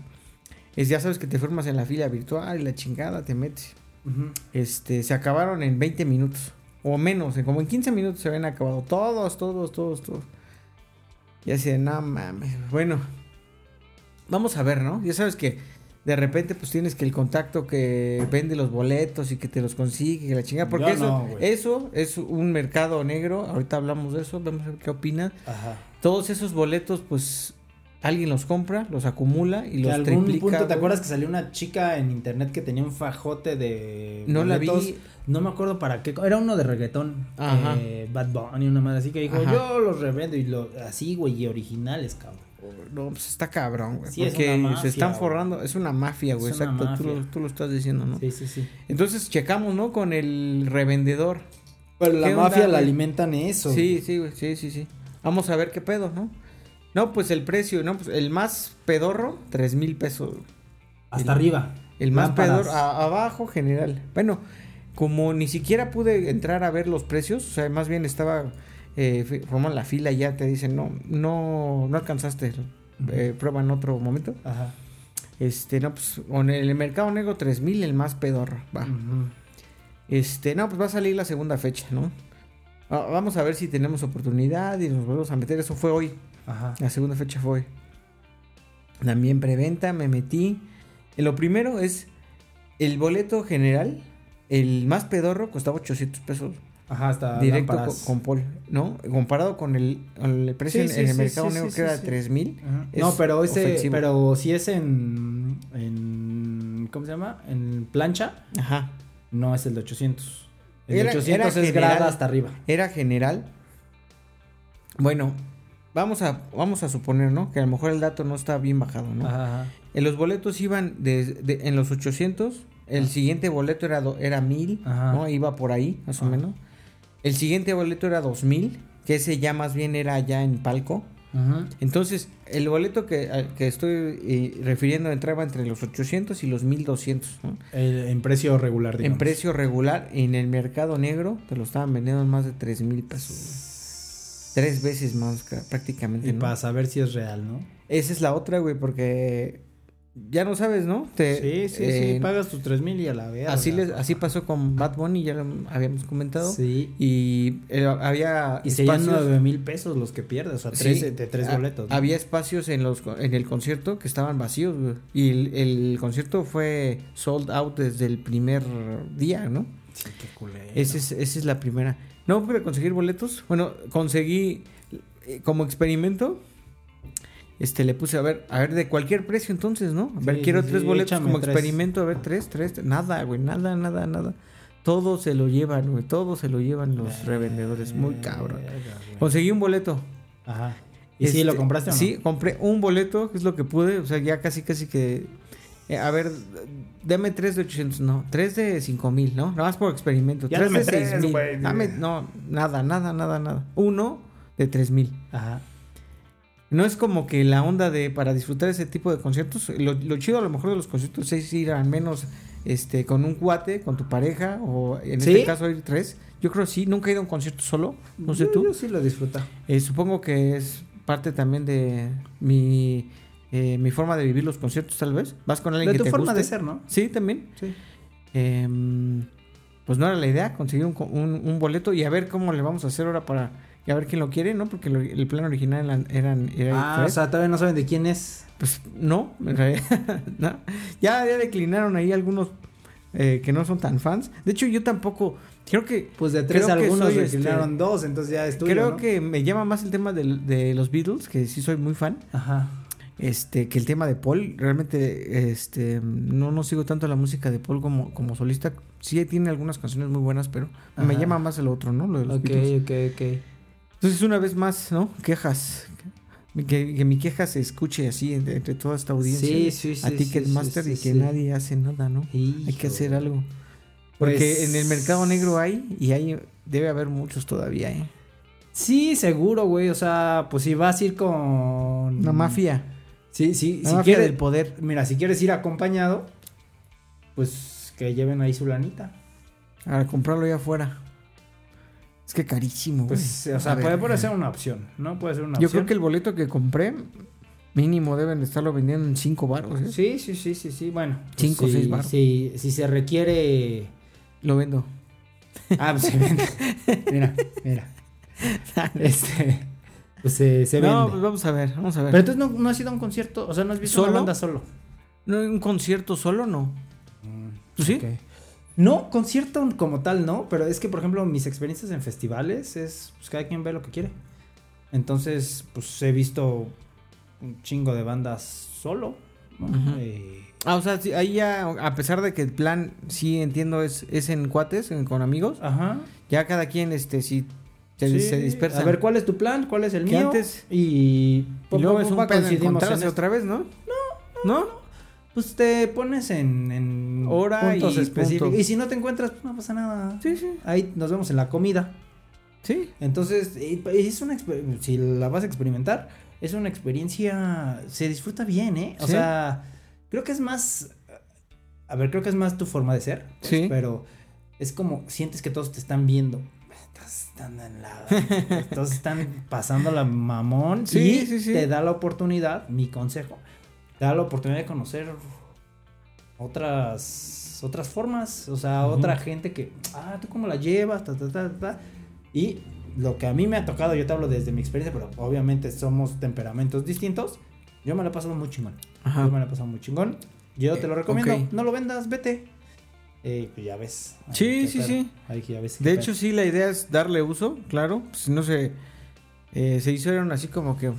S4: Es, ya sabes que te formas en la fila virtual y la chingada te metes.
S2: Ujú.
S4: Este, se acabaron en 20 minutos o menos, en como en 15 minutos se habían acabado todos, todos, todos, todos. Ya sé, no mames. Bueno, vamos a ver, ¿no? Ya sabes que de repente pues tienes que el contacto que vende los boletos y que te los consigue, que la chingada, porque
S2: Yo
S4: eso
S2: no, güey.
S4: eso es un mercado negro. Ahorita hablamos de eso, vamos a ver qué opinas
S2: Ajá.
S4: todos esos boletos, pues alguien los compra, los acumula y
S2: Que
S4: los
S2: algún
S4: triplica.
S2: punto, ¿te
S4: güey.
S2: acuerdas que salió una chica en internet que tenía un fajote de
S4: No la vi.
S2: boletos? No me acuerdo para qué, era uno de reggaetón,
S4: Ajá.
S2: eh, Bad Bunny, una madre así que dijo,
S4: Ajá.
S2: yo los revendo y lo, así, güey, y originales, cabrón.
S4: No, pues está cabrón, güey.
S2: Sí, es
S4: porque
S2: una mafia,
S4: se están
S2: güey.
S4: forrando. Es una mafia, güey.
S2: Es una
S4: Exacto. Tú,
S2: mafia.
S4: lo, tú lo estás diciendo, ¿no?
S2: Sí, sí, sí.
S4: Entonces checamos, ¿no? Con el revendedor.
S2: Pero la
S4: ¿Qué onda,
S2: mafia la
S4: güey?
S2: alimentan eso.
S4: Sí, sí, güey. Sí, sí, sí. Vamos a ver qué pedo, ¿no? No, pues el precio, ¿no? Pues el más pedorro, tres mil pesos. güey.
S2: Hasta arriba.
S4: El más ah,
S2: Lámparas.
S4: pedor, a- abajo general. Bueno, como ni siquiera pude entrar a ver los precios, o sea, más bien estaba eh, fi- formando la fila y ya te dicen, no, no, no alcanzaste, eh, prueba en otro momento.
S2: Ajá.
S4: Este, no, pues, con el mercado negro 3000, el más pedorro, va.
S2: Ujú.
S4: Este, no, pues va a salir la segunda fecha, ¿no? Va- Vamos a ver si tenemos oportunidad y nos volvemos a meter. Eso fue hoy.
S2: Ajá.
S4: La segunda fecha fue. También preventa, me metí. Eh, Lo primero es el boleto general, el más pedorro costaba 800 pesos
S2: Ajá, hasta
S4: directo co-
S2: lámparas.
S4: con, Paul, ¿no? Comparado con el, con el precio
S2: Sí,
S4: en,
S2: sí,
S4: en el
S2: sí,
S4: mercado
S2: sí,
S4: negro
S2: sí,
S4: que era
S2: sí.
S4: 3000.
S2: Ajá.
S4: es
S2: No, pero ese,
S4: ofensivo.
S2: pero si es en, en, ¿cómo se llama? En plancha,
S4: Ajá.
S2: no es el de 800. El
S4: Era-
S2: de 800
S4: era
S2: es grada
S4: general.
S2: hasta arriba.
S4: Era general. Bueno, vamos a vamos a suponer, ¿no? Que a lo mejor el dato no está bien bajado, ¿no?
S2: Ajá, ajá.
S4: En los boletos iban de, de- en los 800 El siguiente boleto era, do- era mil,
S2: Ah. Ajá. Ah.
S4: ¿no? Iba por ahí, más o
S2: Ajá.
S4: menos. El siguiente boleto era dos mil, que ese ya más bien era allá en Palco.
S2: Ujú.
S4: Entonces, el boleto que, al que estoy eh, refiriendo entraba entre los 800 y los 1200, ¿no?
S2: El- en precio regular, digamos.
S4: En precio regular, en el mercado negro, te lo estaban vendiendo en más de 3 mil pesos. Tres veces más ca- prácticamente.
S2: Y
S4: ¿no?
S2: para saber si es real, ¿no?
S4: Esa es la otra, güey, porque ya no sabes, ¿no? Te-
S2: sí, sí,
S4: eh,
S2: sí. Pagas tus 3000 y a la verga.
S4: Así, les,
S2: papá.
S4: así pasó con Bad Bunny, ya lo habíamos comentado.
S2: Sí.
S4: Y eh, había
S2: Y serían
S4: espacios-
S2: 9 mil pesos los que pierdes, o sea,
S4: Sí,
S2: tres, de tres
S4: ha-
S2: boletos. ¿no?
S4: Había espacios en los co- en el concierto que estaban vacíos, güey. Y el, el concierto fue sold out desde el primer día, ¿no?
S2: Sí, qué culero.
S4: Esa es, esa es la primera. No pude conseguir boletos. Bueno, conseguí eh, como experimento. Este, le puse a ver, a ver de cualquier precio entonces, ¿no? A ver,
S2: Sí,
S4: quiero
S2: sí,
S4: tres
S2: sí,
S4: boletos
S2: échame
S4: como
S2: tres.
S4: experimento, a ver, tres, tres, tres. nada, güey, nada, nada, nada. Todo se lo llevan, güey, todo se lo llevan los revendedores, muy cabrón.
S2: Verga, güey.
S4: Conseguí un boleto.
S2: Ajá. ¿Y si lo
S4: Este,
S2: compraste o no?
S4: Sí, compré un boleto, que es lo que pude, o sea, ya casi, casi que... eh, a ver, dame tres de 800, no, tres de 5000, ¿no? Nada más por experimento.
S2: Ya
S4: tres
S2: dame
S4: de
S2: tres,
S4: 6000.
S2: güey.
S4: Dame, no, nada, nada, nada, nada. Uno de 3000.
S2: Ajá.
S4: No es como que la onda de para disfrutar ese tipo de conciertos, lo, lo chido a lo mejor de los conciertos es ir al menos este con un cuate, con tu pareja o en
S2: ¿Sí?
S4: este caso ir tres. Yo creo sí, nunca he ido a un concierto solo, no sé
S2: Yo-
S4: tú.
S2: Yo sí lo disfruta.
S4: Eh, supongo que es parte también de mi, eh, mi forma de vivir los conciertos, tal vez. Vas con alguien
S2: De
S4: que
S2: tu
S4: te
S2: forma
S4: guste.
S2: de ser, ¿no?
S4: Sí, también.
S2: Sí.
S4: Em, pues no era la idea conseguir un, co- un- un boleto y a ver cómo le vamos a hacer ahora para... Y a ver quién lo quiere, ¿no? Porque lo- el plan original eran... eran era
S2: Ah, o
S4: tres.
S2: sea, todavía no saben de quién es.
S4: Pues no, en realidad, no. Ya, ya declinaron ahí algunos eh, que no son tan fans. De hecho, yo tampoco... Creo que...
S2: Pues de tres
S4: Creo que
S2: algunos
S4: soy,
S2: declinaron
S4: este,
S2: dos, entonces ya es tuyo,
S4: creo
S2: ¿no?
S4: que me llama más el tema del- de los Beatles, que sí soy muy fan.
S2: Ajá.
S4: este que el tema de Paul realmente este no no sigo tanto la música de Paul como como solista sí tiene algunas canciones muy buenas pero me
S2: Ajá.
S4: llama más el otro no lo de los
S2: Ok,
S4: Beatles.
S2: ok, ok.
S4: entonces una vez más no quejas que, que mi queja se escuche así entre, entre toda esta audiencia
S2: Sí, sí, sí,
S4: a
S2: sí,
S4: Ticketmaster
S2: sí,
S4: y
S2: sí,
S4: que
S2: sí.
S4: nadie hace nada no hay que
S2: Hijo.
S4: hacer algo porque
S2: Pues-
S4: en el mercado negro hay y hay debe haber muchos todavía ¿eh?
S2: Sí, seguro, güey. O sea, pues si vas a ir con.
S4: una mafia
S2: Sí, sí.
S4: una
S2: Mm. si
S4: mafia
S2: quieres,
S4: del poder
S2: Mira, si quieres ir acompañado, pues que lleven ahí su lanita.
S4: a comprarlo allá afuera es que carísimo
S2: Pues,
S4: güey.
S2: o sea,
S4: A ver,
S2: puede,
S4: ajá.
S2: puede ser una opción, ¿no? Puede ser una
S4: Yo
S2: opción.
S4: creo que el boleto que compré, mínimo deben estarlo vendiendo en 5 baros. ¿eh?
S2: Sí, sí, sí, sí, sí. Bueno. pues,
S4: Cinco,
S2: sí,
S4: seis baros.
S2: sí, si se requiere.
S4: Lo vendo.
S2: Ah, pues se vende. Mira, mira. Este. Pues se, se
S4: no, pues
S2: vende.
S4: vamos a ver, vamos a ver.
S2: Pero entonces no, no has ido a un concierto, o sea, no has visto
S4: ¿Solo?
S2: una banda solo.
S4: ¿No hay un concierto solo no? ¿Tú sí?
S2: Ok. No, concierto como tal, no, pero es que, por ejemplo, mis experiencias en festivales es, pues cada quien ve lo que quiere. Entonces, pues he visto un chingo de bandas solo. ¿no?
S4: Ujú.
S2: Eh,
S4: Ah, o sea, sí, ahí ya, a pesar de que el plan, sí entiendo, es, es en cuates, en- con amigos,
S2: ajá.
S4: ya cada quien, este, sí, se,
S2: Sí,
S4: se dispersa.
S2: A ver, ¿cuál es tu plan? ¿Cuál es el
S4: Que
S2: mío?
S4: antes-
S2: y,
S4: Y luego es
S2: poco
S4: un
S2: a poco
S4: pedo
S2: coincidimos en
S4: encontrarse
S2: esto.
S4: otra vez, ¿no? No, no.
S2: Pues te pones en, en
S4: Hora
S2: puntos
S4: y
S2: específicos.
S4: punto.
S2: Y si no te encuentras, pues no pasa nada.
S4: Sí, sí,
S2: Ahí nos vemos en la comida.
S4: sí.
S2: Entonces, eh, es una exper- si la vas a experimentar, es una experiencia, se disfruta bien, ¿eh? O
S4: Sí.
S2: sea, creo que es más, a ver, creo que es más tu forma de ser, pues,
S4: Sí.
S2: pero es como sientes que todos te están viendo. Todos están en la- todos están pasando la mamón
S4: Sí,
S2: y
S4: sí, sí.
S2: te da la oportunidad, mi consejo, te da la oportunidad de conocer otras otras formas, o sea,
S4: Ujú.
S2: otra gente que, ah, tú cómo la llevas, ta, ta, ta, ta, ta. Y lo que a mí me ha tocado, yo te hablo desde mi experiencia, pero obviamente somos temperamentos distintos. Yo me la he pasado muy chingón.
S4: Ajá.
S2: Yo me la he pasado muy chingón. Yo te lo
S4: Eh,
S2: recomiendo.
S4: ok.
S2: No lo vendas, vete. Eh, pues ya ves. Ay,
S4: Sí,
S2: qué
S4: sí,
S2: pedo.
S4: sí.
S2: Ay, ya ves. qué
S4: De
S2: pedo.
S4: hecho, sí, la idea es darle uso, claro. Si no se, eh, se hicieron así como que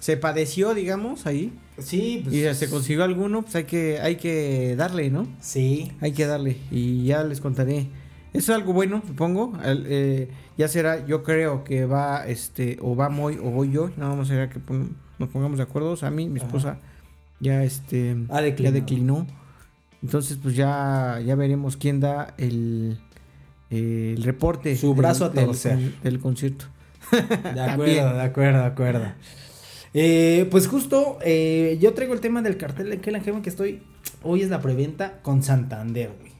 S4: se padeció, digamos, ahí.
S2: sí, pues,
S4: Y ya se consiguió alguno, pues hay que, hay que darle, ¿no?
S2: Sí.
S4: Hay que darle. Y ya les contaré. Eso es algo bueno, supongo. Al- eh, ya será, yo creo que va, este, o va Moy o voy yo. Nada más será que pon- nos pongamos de acuerdo. Sammy, mi
S2: Ajá.
S4: esposa, ya este,
S2: Ha
S4: ya
S2: declinado.
S4: declinó. Entonces, pues ya, ya veremos quién da el, eh, el reporte.
S2: Su brazo
S4: del-
S2: a
S4: del-
S2: torcer.
S4: Del, concierto.
S2: De
S4: También.
S2: acuerdo, de acuerdo, de acuerdo. Eh, pues justo, eh, yo traigo el tema del cartel de Kellangeman que estoy. Hoy es la preventa con Santander, güey.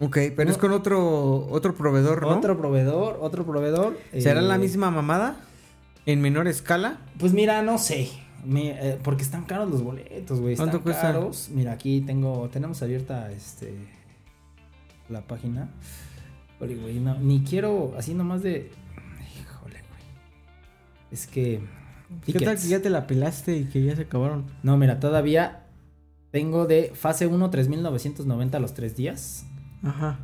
S4: Ok, pero
S2: No.
S4: es con otro, otro proveedor, ¿no?
S2: Otro proveedor, otro proveedor. eh,
S4: ¿Será la misma mamada? ¿En menor escala?
S2: Pues mira, no sé. mi- eh, porque están caros los boletos, güey. Están
S4: ¿Cuánto cuesta?
S2: caros. Mira, aquí tengo. Tenemos abierta este. La página. Híjole, güey, no, ni quiero. Así nomás de. Híjole, güey. Es que.
S4: ¿Qué tal
S2: tickets.
S4: que ya te la pelaste y que ya se acabaron?
S2: No, mira, todavía tengo de fase 1 3990 a los 3 días.
S4: Ajá.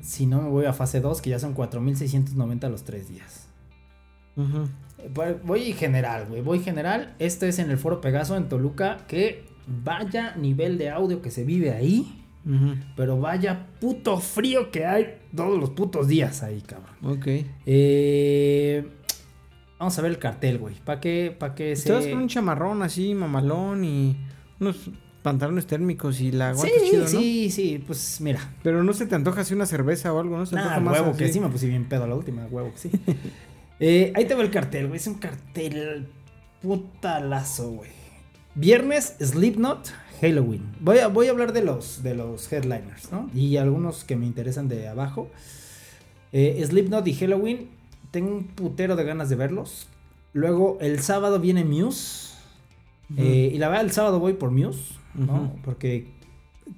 S2: Si no, me voy a fase 2, que ya son 4690 a los 3 días.
S4: Ujú.
S2: Eh, voy- Voy general, güey, voy general. Este es en el Foro Pegaso en Toluca. Que vaya nivel de audio que se vive ahí.
S4: Ujú.
S2: Pero vaya puto frío que hay todos los putos días ahí, cabrón.
S4: Ok.
S2: Eh, vamos a ver el cartel, güey. ¿Para qué? ¿Para qué
S4: Te vas
S2: se-
S4: con un chamarrón así, mamalón y unos pantalones térmicos y la
S2: Sí,
S4: aguantas chido, ¿no?
S2: sí, sí, pues mira.
S4: Pero no se te antoja así una cerveza o algo, ¿no? Se
S2: Nah,
S4: antoja más
S2: huevo
S4: así.
S2: que sí me puse bien pedo la última, huevo que sí. Eh, ahí te va el cartel, güey. Es un cartel putalazo, güey. Viernes, Slipknot, Halloween. Voy a, voy a hablar de los, de los headliners, ¿no? Y algunos que me interesan de abajo. Eh, Slipknot y Halloween. Tengo un putero de ganas de verlos. Luego, el sábado viene Muse.
S4: Ujú.
S2: Eh, y la verdad, el sábado voy por Muse, ¿no?
S4: Ujú.
S2: Porque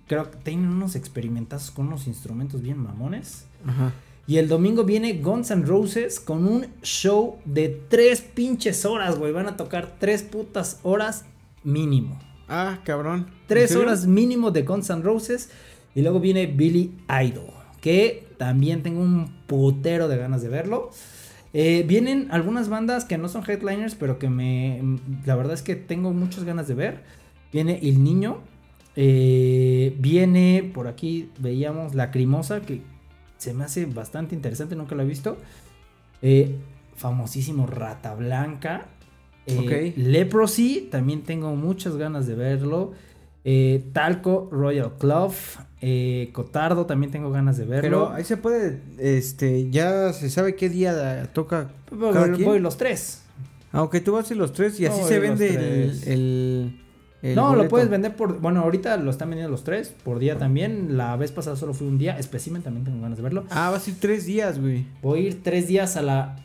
S2: creo que tienen unos experimentazos con unos instrumentos bien mamones.
S4: Ajá.
S2: Y el domingo viene Guns N' Roses con un show de tres pinches horas, güey. Van a tocar tres putas horas mínimo.
S4: Ah, cabrón. ¿En
S2: Tres
S4: serio?
S2: horas mínimo de Guns N' Roses. Y luego viene Billy Idol, que también tengo un putero de ganas de verlo. Eh, vienen algunas bandas que no son headliners, pero que me. La verdad es que tengo muchas ganas de ver. Viene El Niño. eh, viene por aquí, veíamos Lacrimosa, que se me hace bastante interesante, nunca lo he visto. Eh, famosísimo Rata Blanca. Eh,
S4: Ok.
S2: Leprosy, también tengo muchas ganas de verlo. Eh, Talco Royal Club. eh, Cotardo, también tengo ganas de verlo.
S4: Pero ahí se puede, este, ya se sabe qué día da- toca
S2: Voy-
S4: cada
S2: voy,
S4: quien.
S2: los tres.
S4: Aunque tú vas y los tres y así
S2: No,
S4: se
S2: yo los
S4: vende el,
S2: tres.
S4: el- el
S2: no, lo
S4: boleto.
S2: puedes vender por. Bueno, ahorita lo están vendiendo los tres. Por día también. La vez pasada solo fui un día. Especimen también tengo ganas de verlo.
S4: Ah, vas a ir tres días, güey.
S2: Voy a ir tres días a la.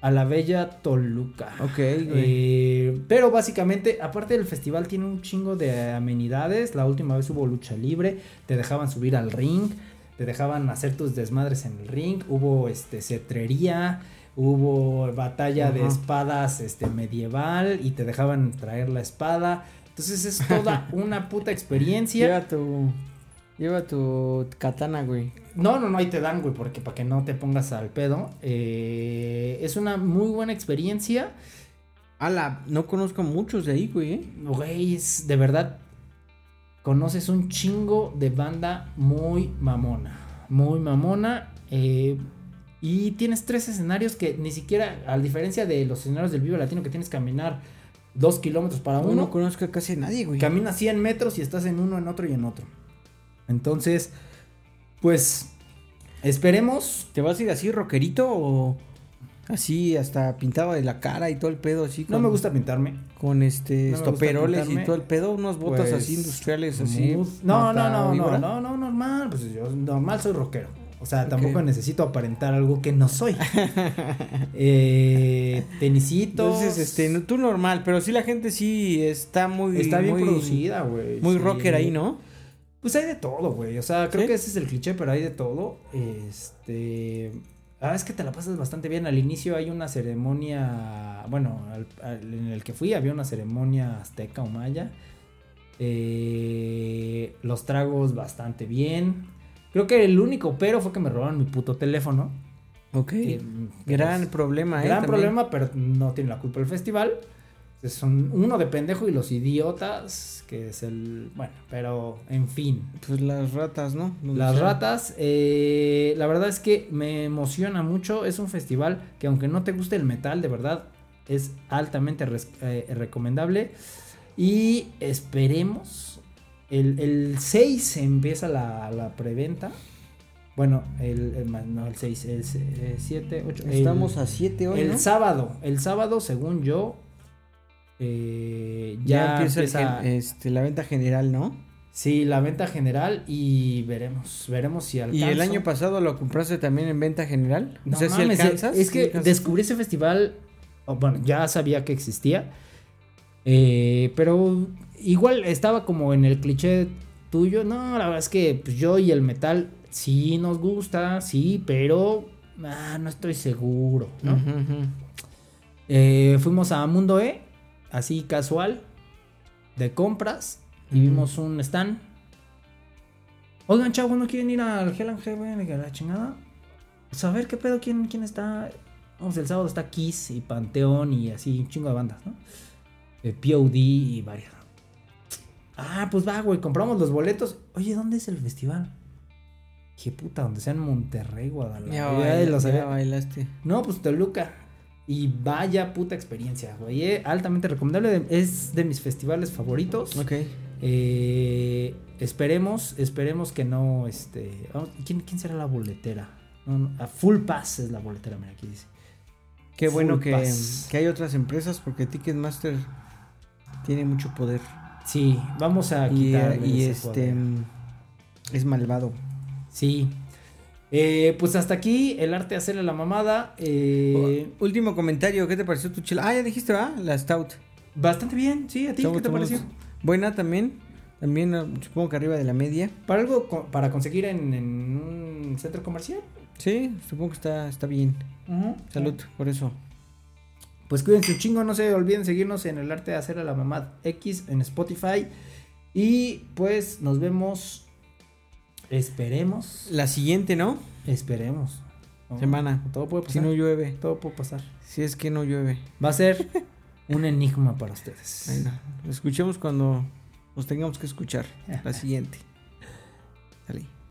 S2: A la bella Toluca.
S4: Ok, güey.
S2: Eh, pero básicamente, aparte del festival, tiene un chingo de amenidades. La última vez hubo lucha libre, te dejaban subir al ring, te dejaban hacer tus desmadres en el ring. Hubo este cetrería, hubo batalla de
S4: Ajá.
S2: espadas este, medieval y te dejaban traer la espada. Entonces es toda una puta experiencia.
S4: Lleva tu, lleva tu katana, güey.
S2: No, no, no, ahí te dan, güey, porque para que no te pongas al pedo. Eh, es una muy buena experiencia.
S4: Ala, no conozco muchos de ahí, güey. ¿eh?
S2: Güey, es de verdad. Conoces un chingo de banda muy mamona. Muy mamona. eh, y tienes tres escenarios que ni siquiera, a diferencia de los escenarios del Vivo Latino que tienes que caminar dos kilómetros para
S4: No,
S2: uno,
S4: no conozco a casi nadie, güey.
S2: caminas 100 metros y estás en uno, en otro y en otro. Entonces, pues, esperemos.
S4: ¿Te vas a ir así rockerito o así hasta pintado de la cara y todo el pedo así?
S2: No me gusta pintarme.
S4: Con este
S2: No me gusta
S4: estoperoles y
S2: pintarme.
S4: todo el pedo, unos botas
S2: Pues,
S4: así industriales así.
S2: mood. No, no,
S4: mata
S2: no, no,
S4: víbora.
S2: no, no, normal. Pues yo normal soy rockero. O sea,
S4: Ok.
S2: tampoco necesito aparentar algo que no soy. eh, tenisitos.
S4: Entonces, este, no- tú normal, pero sí la gente sí está muy
S2: Está bien
S4: muy,
S2: producida, güey.
S4: Muy
S2: sí.
S4: rocker ahí, ¿no?
S2: Pues hay de todo, güey. O sea, creo
S4: ¿Sí?
S2: que ese es el cliché, pero hay de todo. Este. Ah, es que te la pasas bastante bien. Al inicio hay una ceremonia. Bueno, al- al- en el que fui había una ceremonia azteca o maya. Eh, los tragos bastante bien. Creo que el único pero fue que me robaron mi puto teléfono.
S4: Ok.
S2: Eh,
S4: gran
S2: pues,
S4: problema, ¿eh?
S2: Gran
S4: también.
S2: problema, pero no tiene la culpa el festival. Son uno de pendejo y los idiotas, que es el. Bueno, pero en fin.
S4: Pues las ratas, ¿no? Donde
S2: Las
S4: sea.
S2: ratas, eh, la verdad es que me emociona mucho. Es un festival que aunque no te guste el metal, de verdad es altamente res- eh, recomendable. Y esperemos El, el 6 empieza la, la preventa. Bueno, el, el- no, el 6, el eh, 7, 8.
S4: Estamos a 7 hoy,
S2: El
S4: ¿no?
S2: sábado, el sábado, según yo, eh,
S4: Ya,
S2: ya,
S4: empieza, el
S2: empieza,
S4: gen- este, la venta general, ¿no?
S2: sí, la venta general y veremos, veremos si alcanza.
S4: ¿Y el año pasado lo compraste también en venta general?
S2: No
S4: o sea, si
S2: mames, eh,
S4: alcanzas.
S2: Es
S4: ¿sí
S2: que
S4: alcanzas?
S2: descubrí ese festival. o bueno, ya sabía que existía. eh, pero igual estaba como en el cliché tuyo. No, la verdad es que pues, yo y el metal sí nos gusta, sí, pero ah, no estoy seguro, ¿no?
S4: Ujú, ujú.
S2: Eh, fuimos a Mundo E, así casual, de compras, y
S4: Ujú.
S2: vimos un stand. Oigan, chavos, ¿no quieren ir al Hell and Heaven? Y que la chingada. Pues a ver qué pedo, quién, quién está. Vamos, el sábado está Kiss y Panteón y así, un chingo de bandas, ¿no? Eh, POD y varias. Ah, pues va, güey, compramos los boletos. Oye, ¿dónde es el festival? Dije, puta, donde sea en Monterrey, Guadalajara.
S4: Ya,
S2: Ya
S4: baila-
S2: los
S4: ya
S2: había-
S4: bailaste.
S2: no, pues Toluca. Y vaya puta experiencia, güey. eh, Altamente recomendable. Es de mis festivales favoritos.
S4: Ok.
S2: Eh, esperemos, esperemos que no, este... vamos, ¿quién, quién será la boletera? No, no, a Full Pass es la boletera, mira, aquí dice.
S4: Qué
S2: Full
S4: bueno que,
S2: pass.
S4: que hay otras empresas porque Ticketmaster tiene mucho poder.
S2: Sí, vamos a
S4: Y, eh,
S2: quitar.
S4: y este. Es malvado.
S2: Sí. Eh, pues hasta aquí el arte de hacerle la mamada. eh,
S4: Oh, Último comentario, ¿qué te pareció tu chela? Ah, ya dijiste, ¿verdad? La Stout.
S2: bastante bien, sí, a ti,
S4: Estamos-
S2: ¿qué te
S4: estamos-
S2: pareció?
S4: Buena también. También ah, supongo que arriba de la media.
S2: Para algo, co- para conseguir en, en un centro comercial.
S4: Sí, supongo que está, está bien. Salud por eso.
S2: Pues cuídense un chingo, no se olviden seguirnos en el arte de hacer a la mamá X en Spotify. Y pues nos vemos. Esperemos.
S4: La siguiente, ¿no?
S2: Esperemos. ¿no?
S4: Semana.
S2: Todo puede
S4: Si
S2: pasar.
S4: no llueve.
S2: Todo puede pasar.
S4: Si es que no llueve.
S2: Va a ser un enigma para ustedes.
S4: Ay, no. Lo Escuchemos cuando nos tengamos que escuchar. La siguiente. Dale.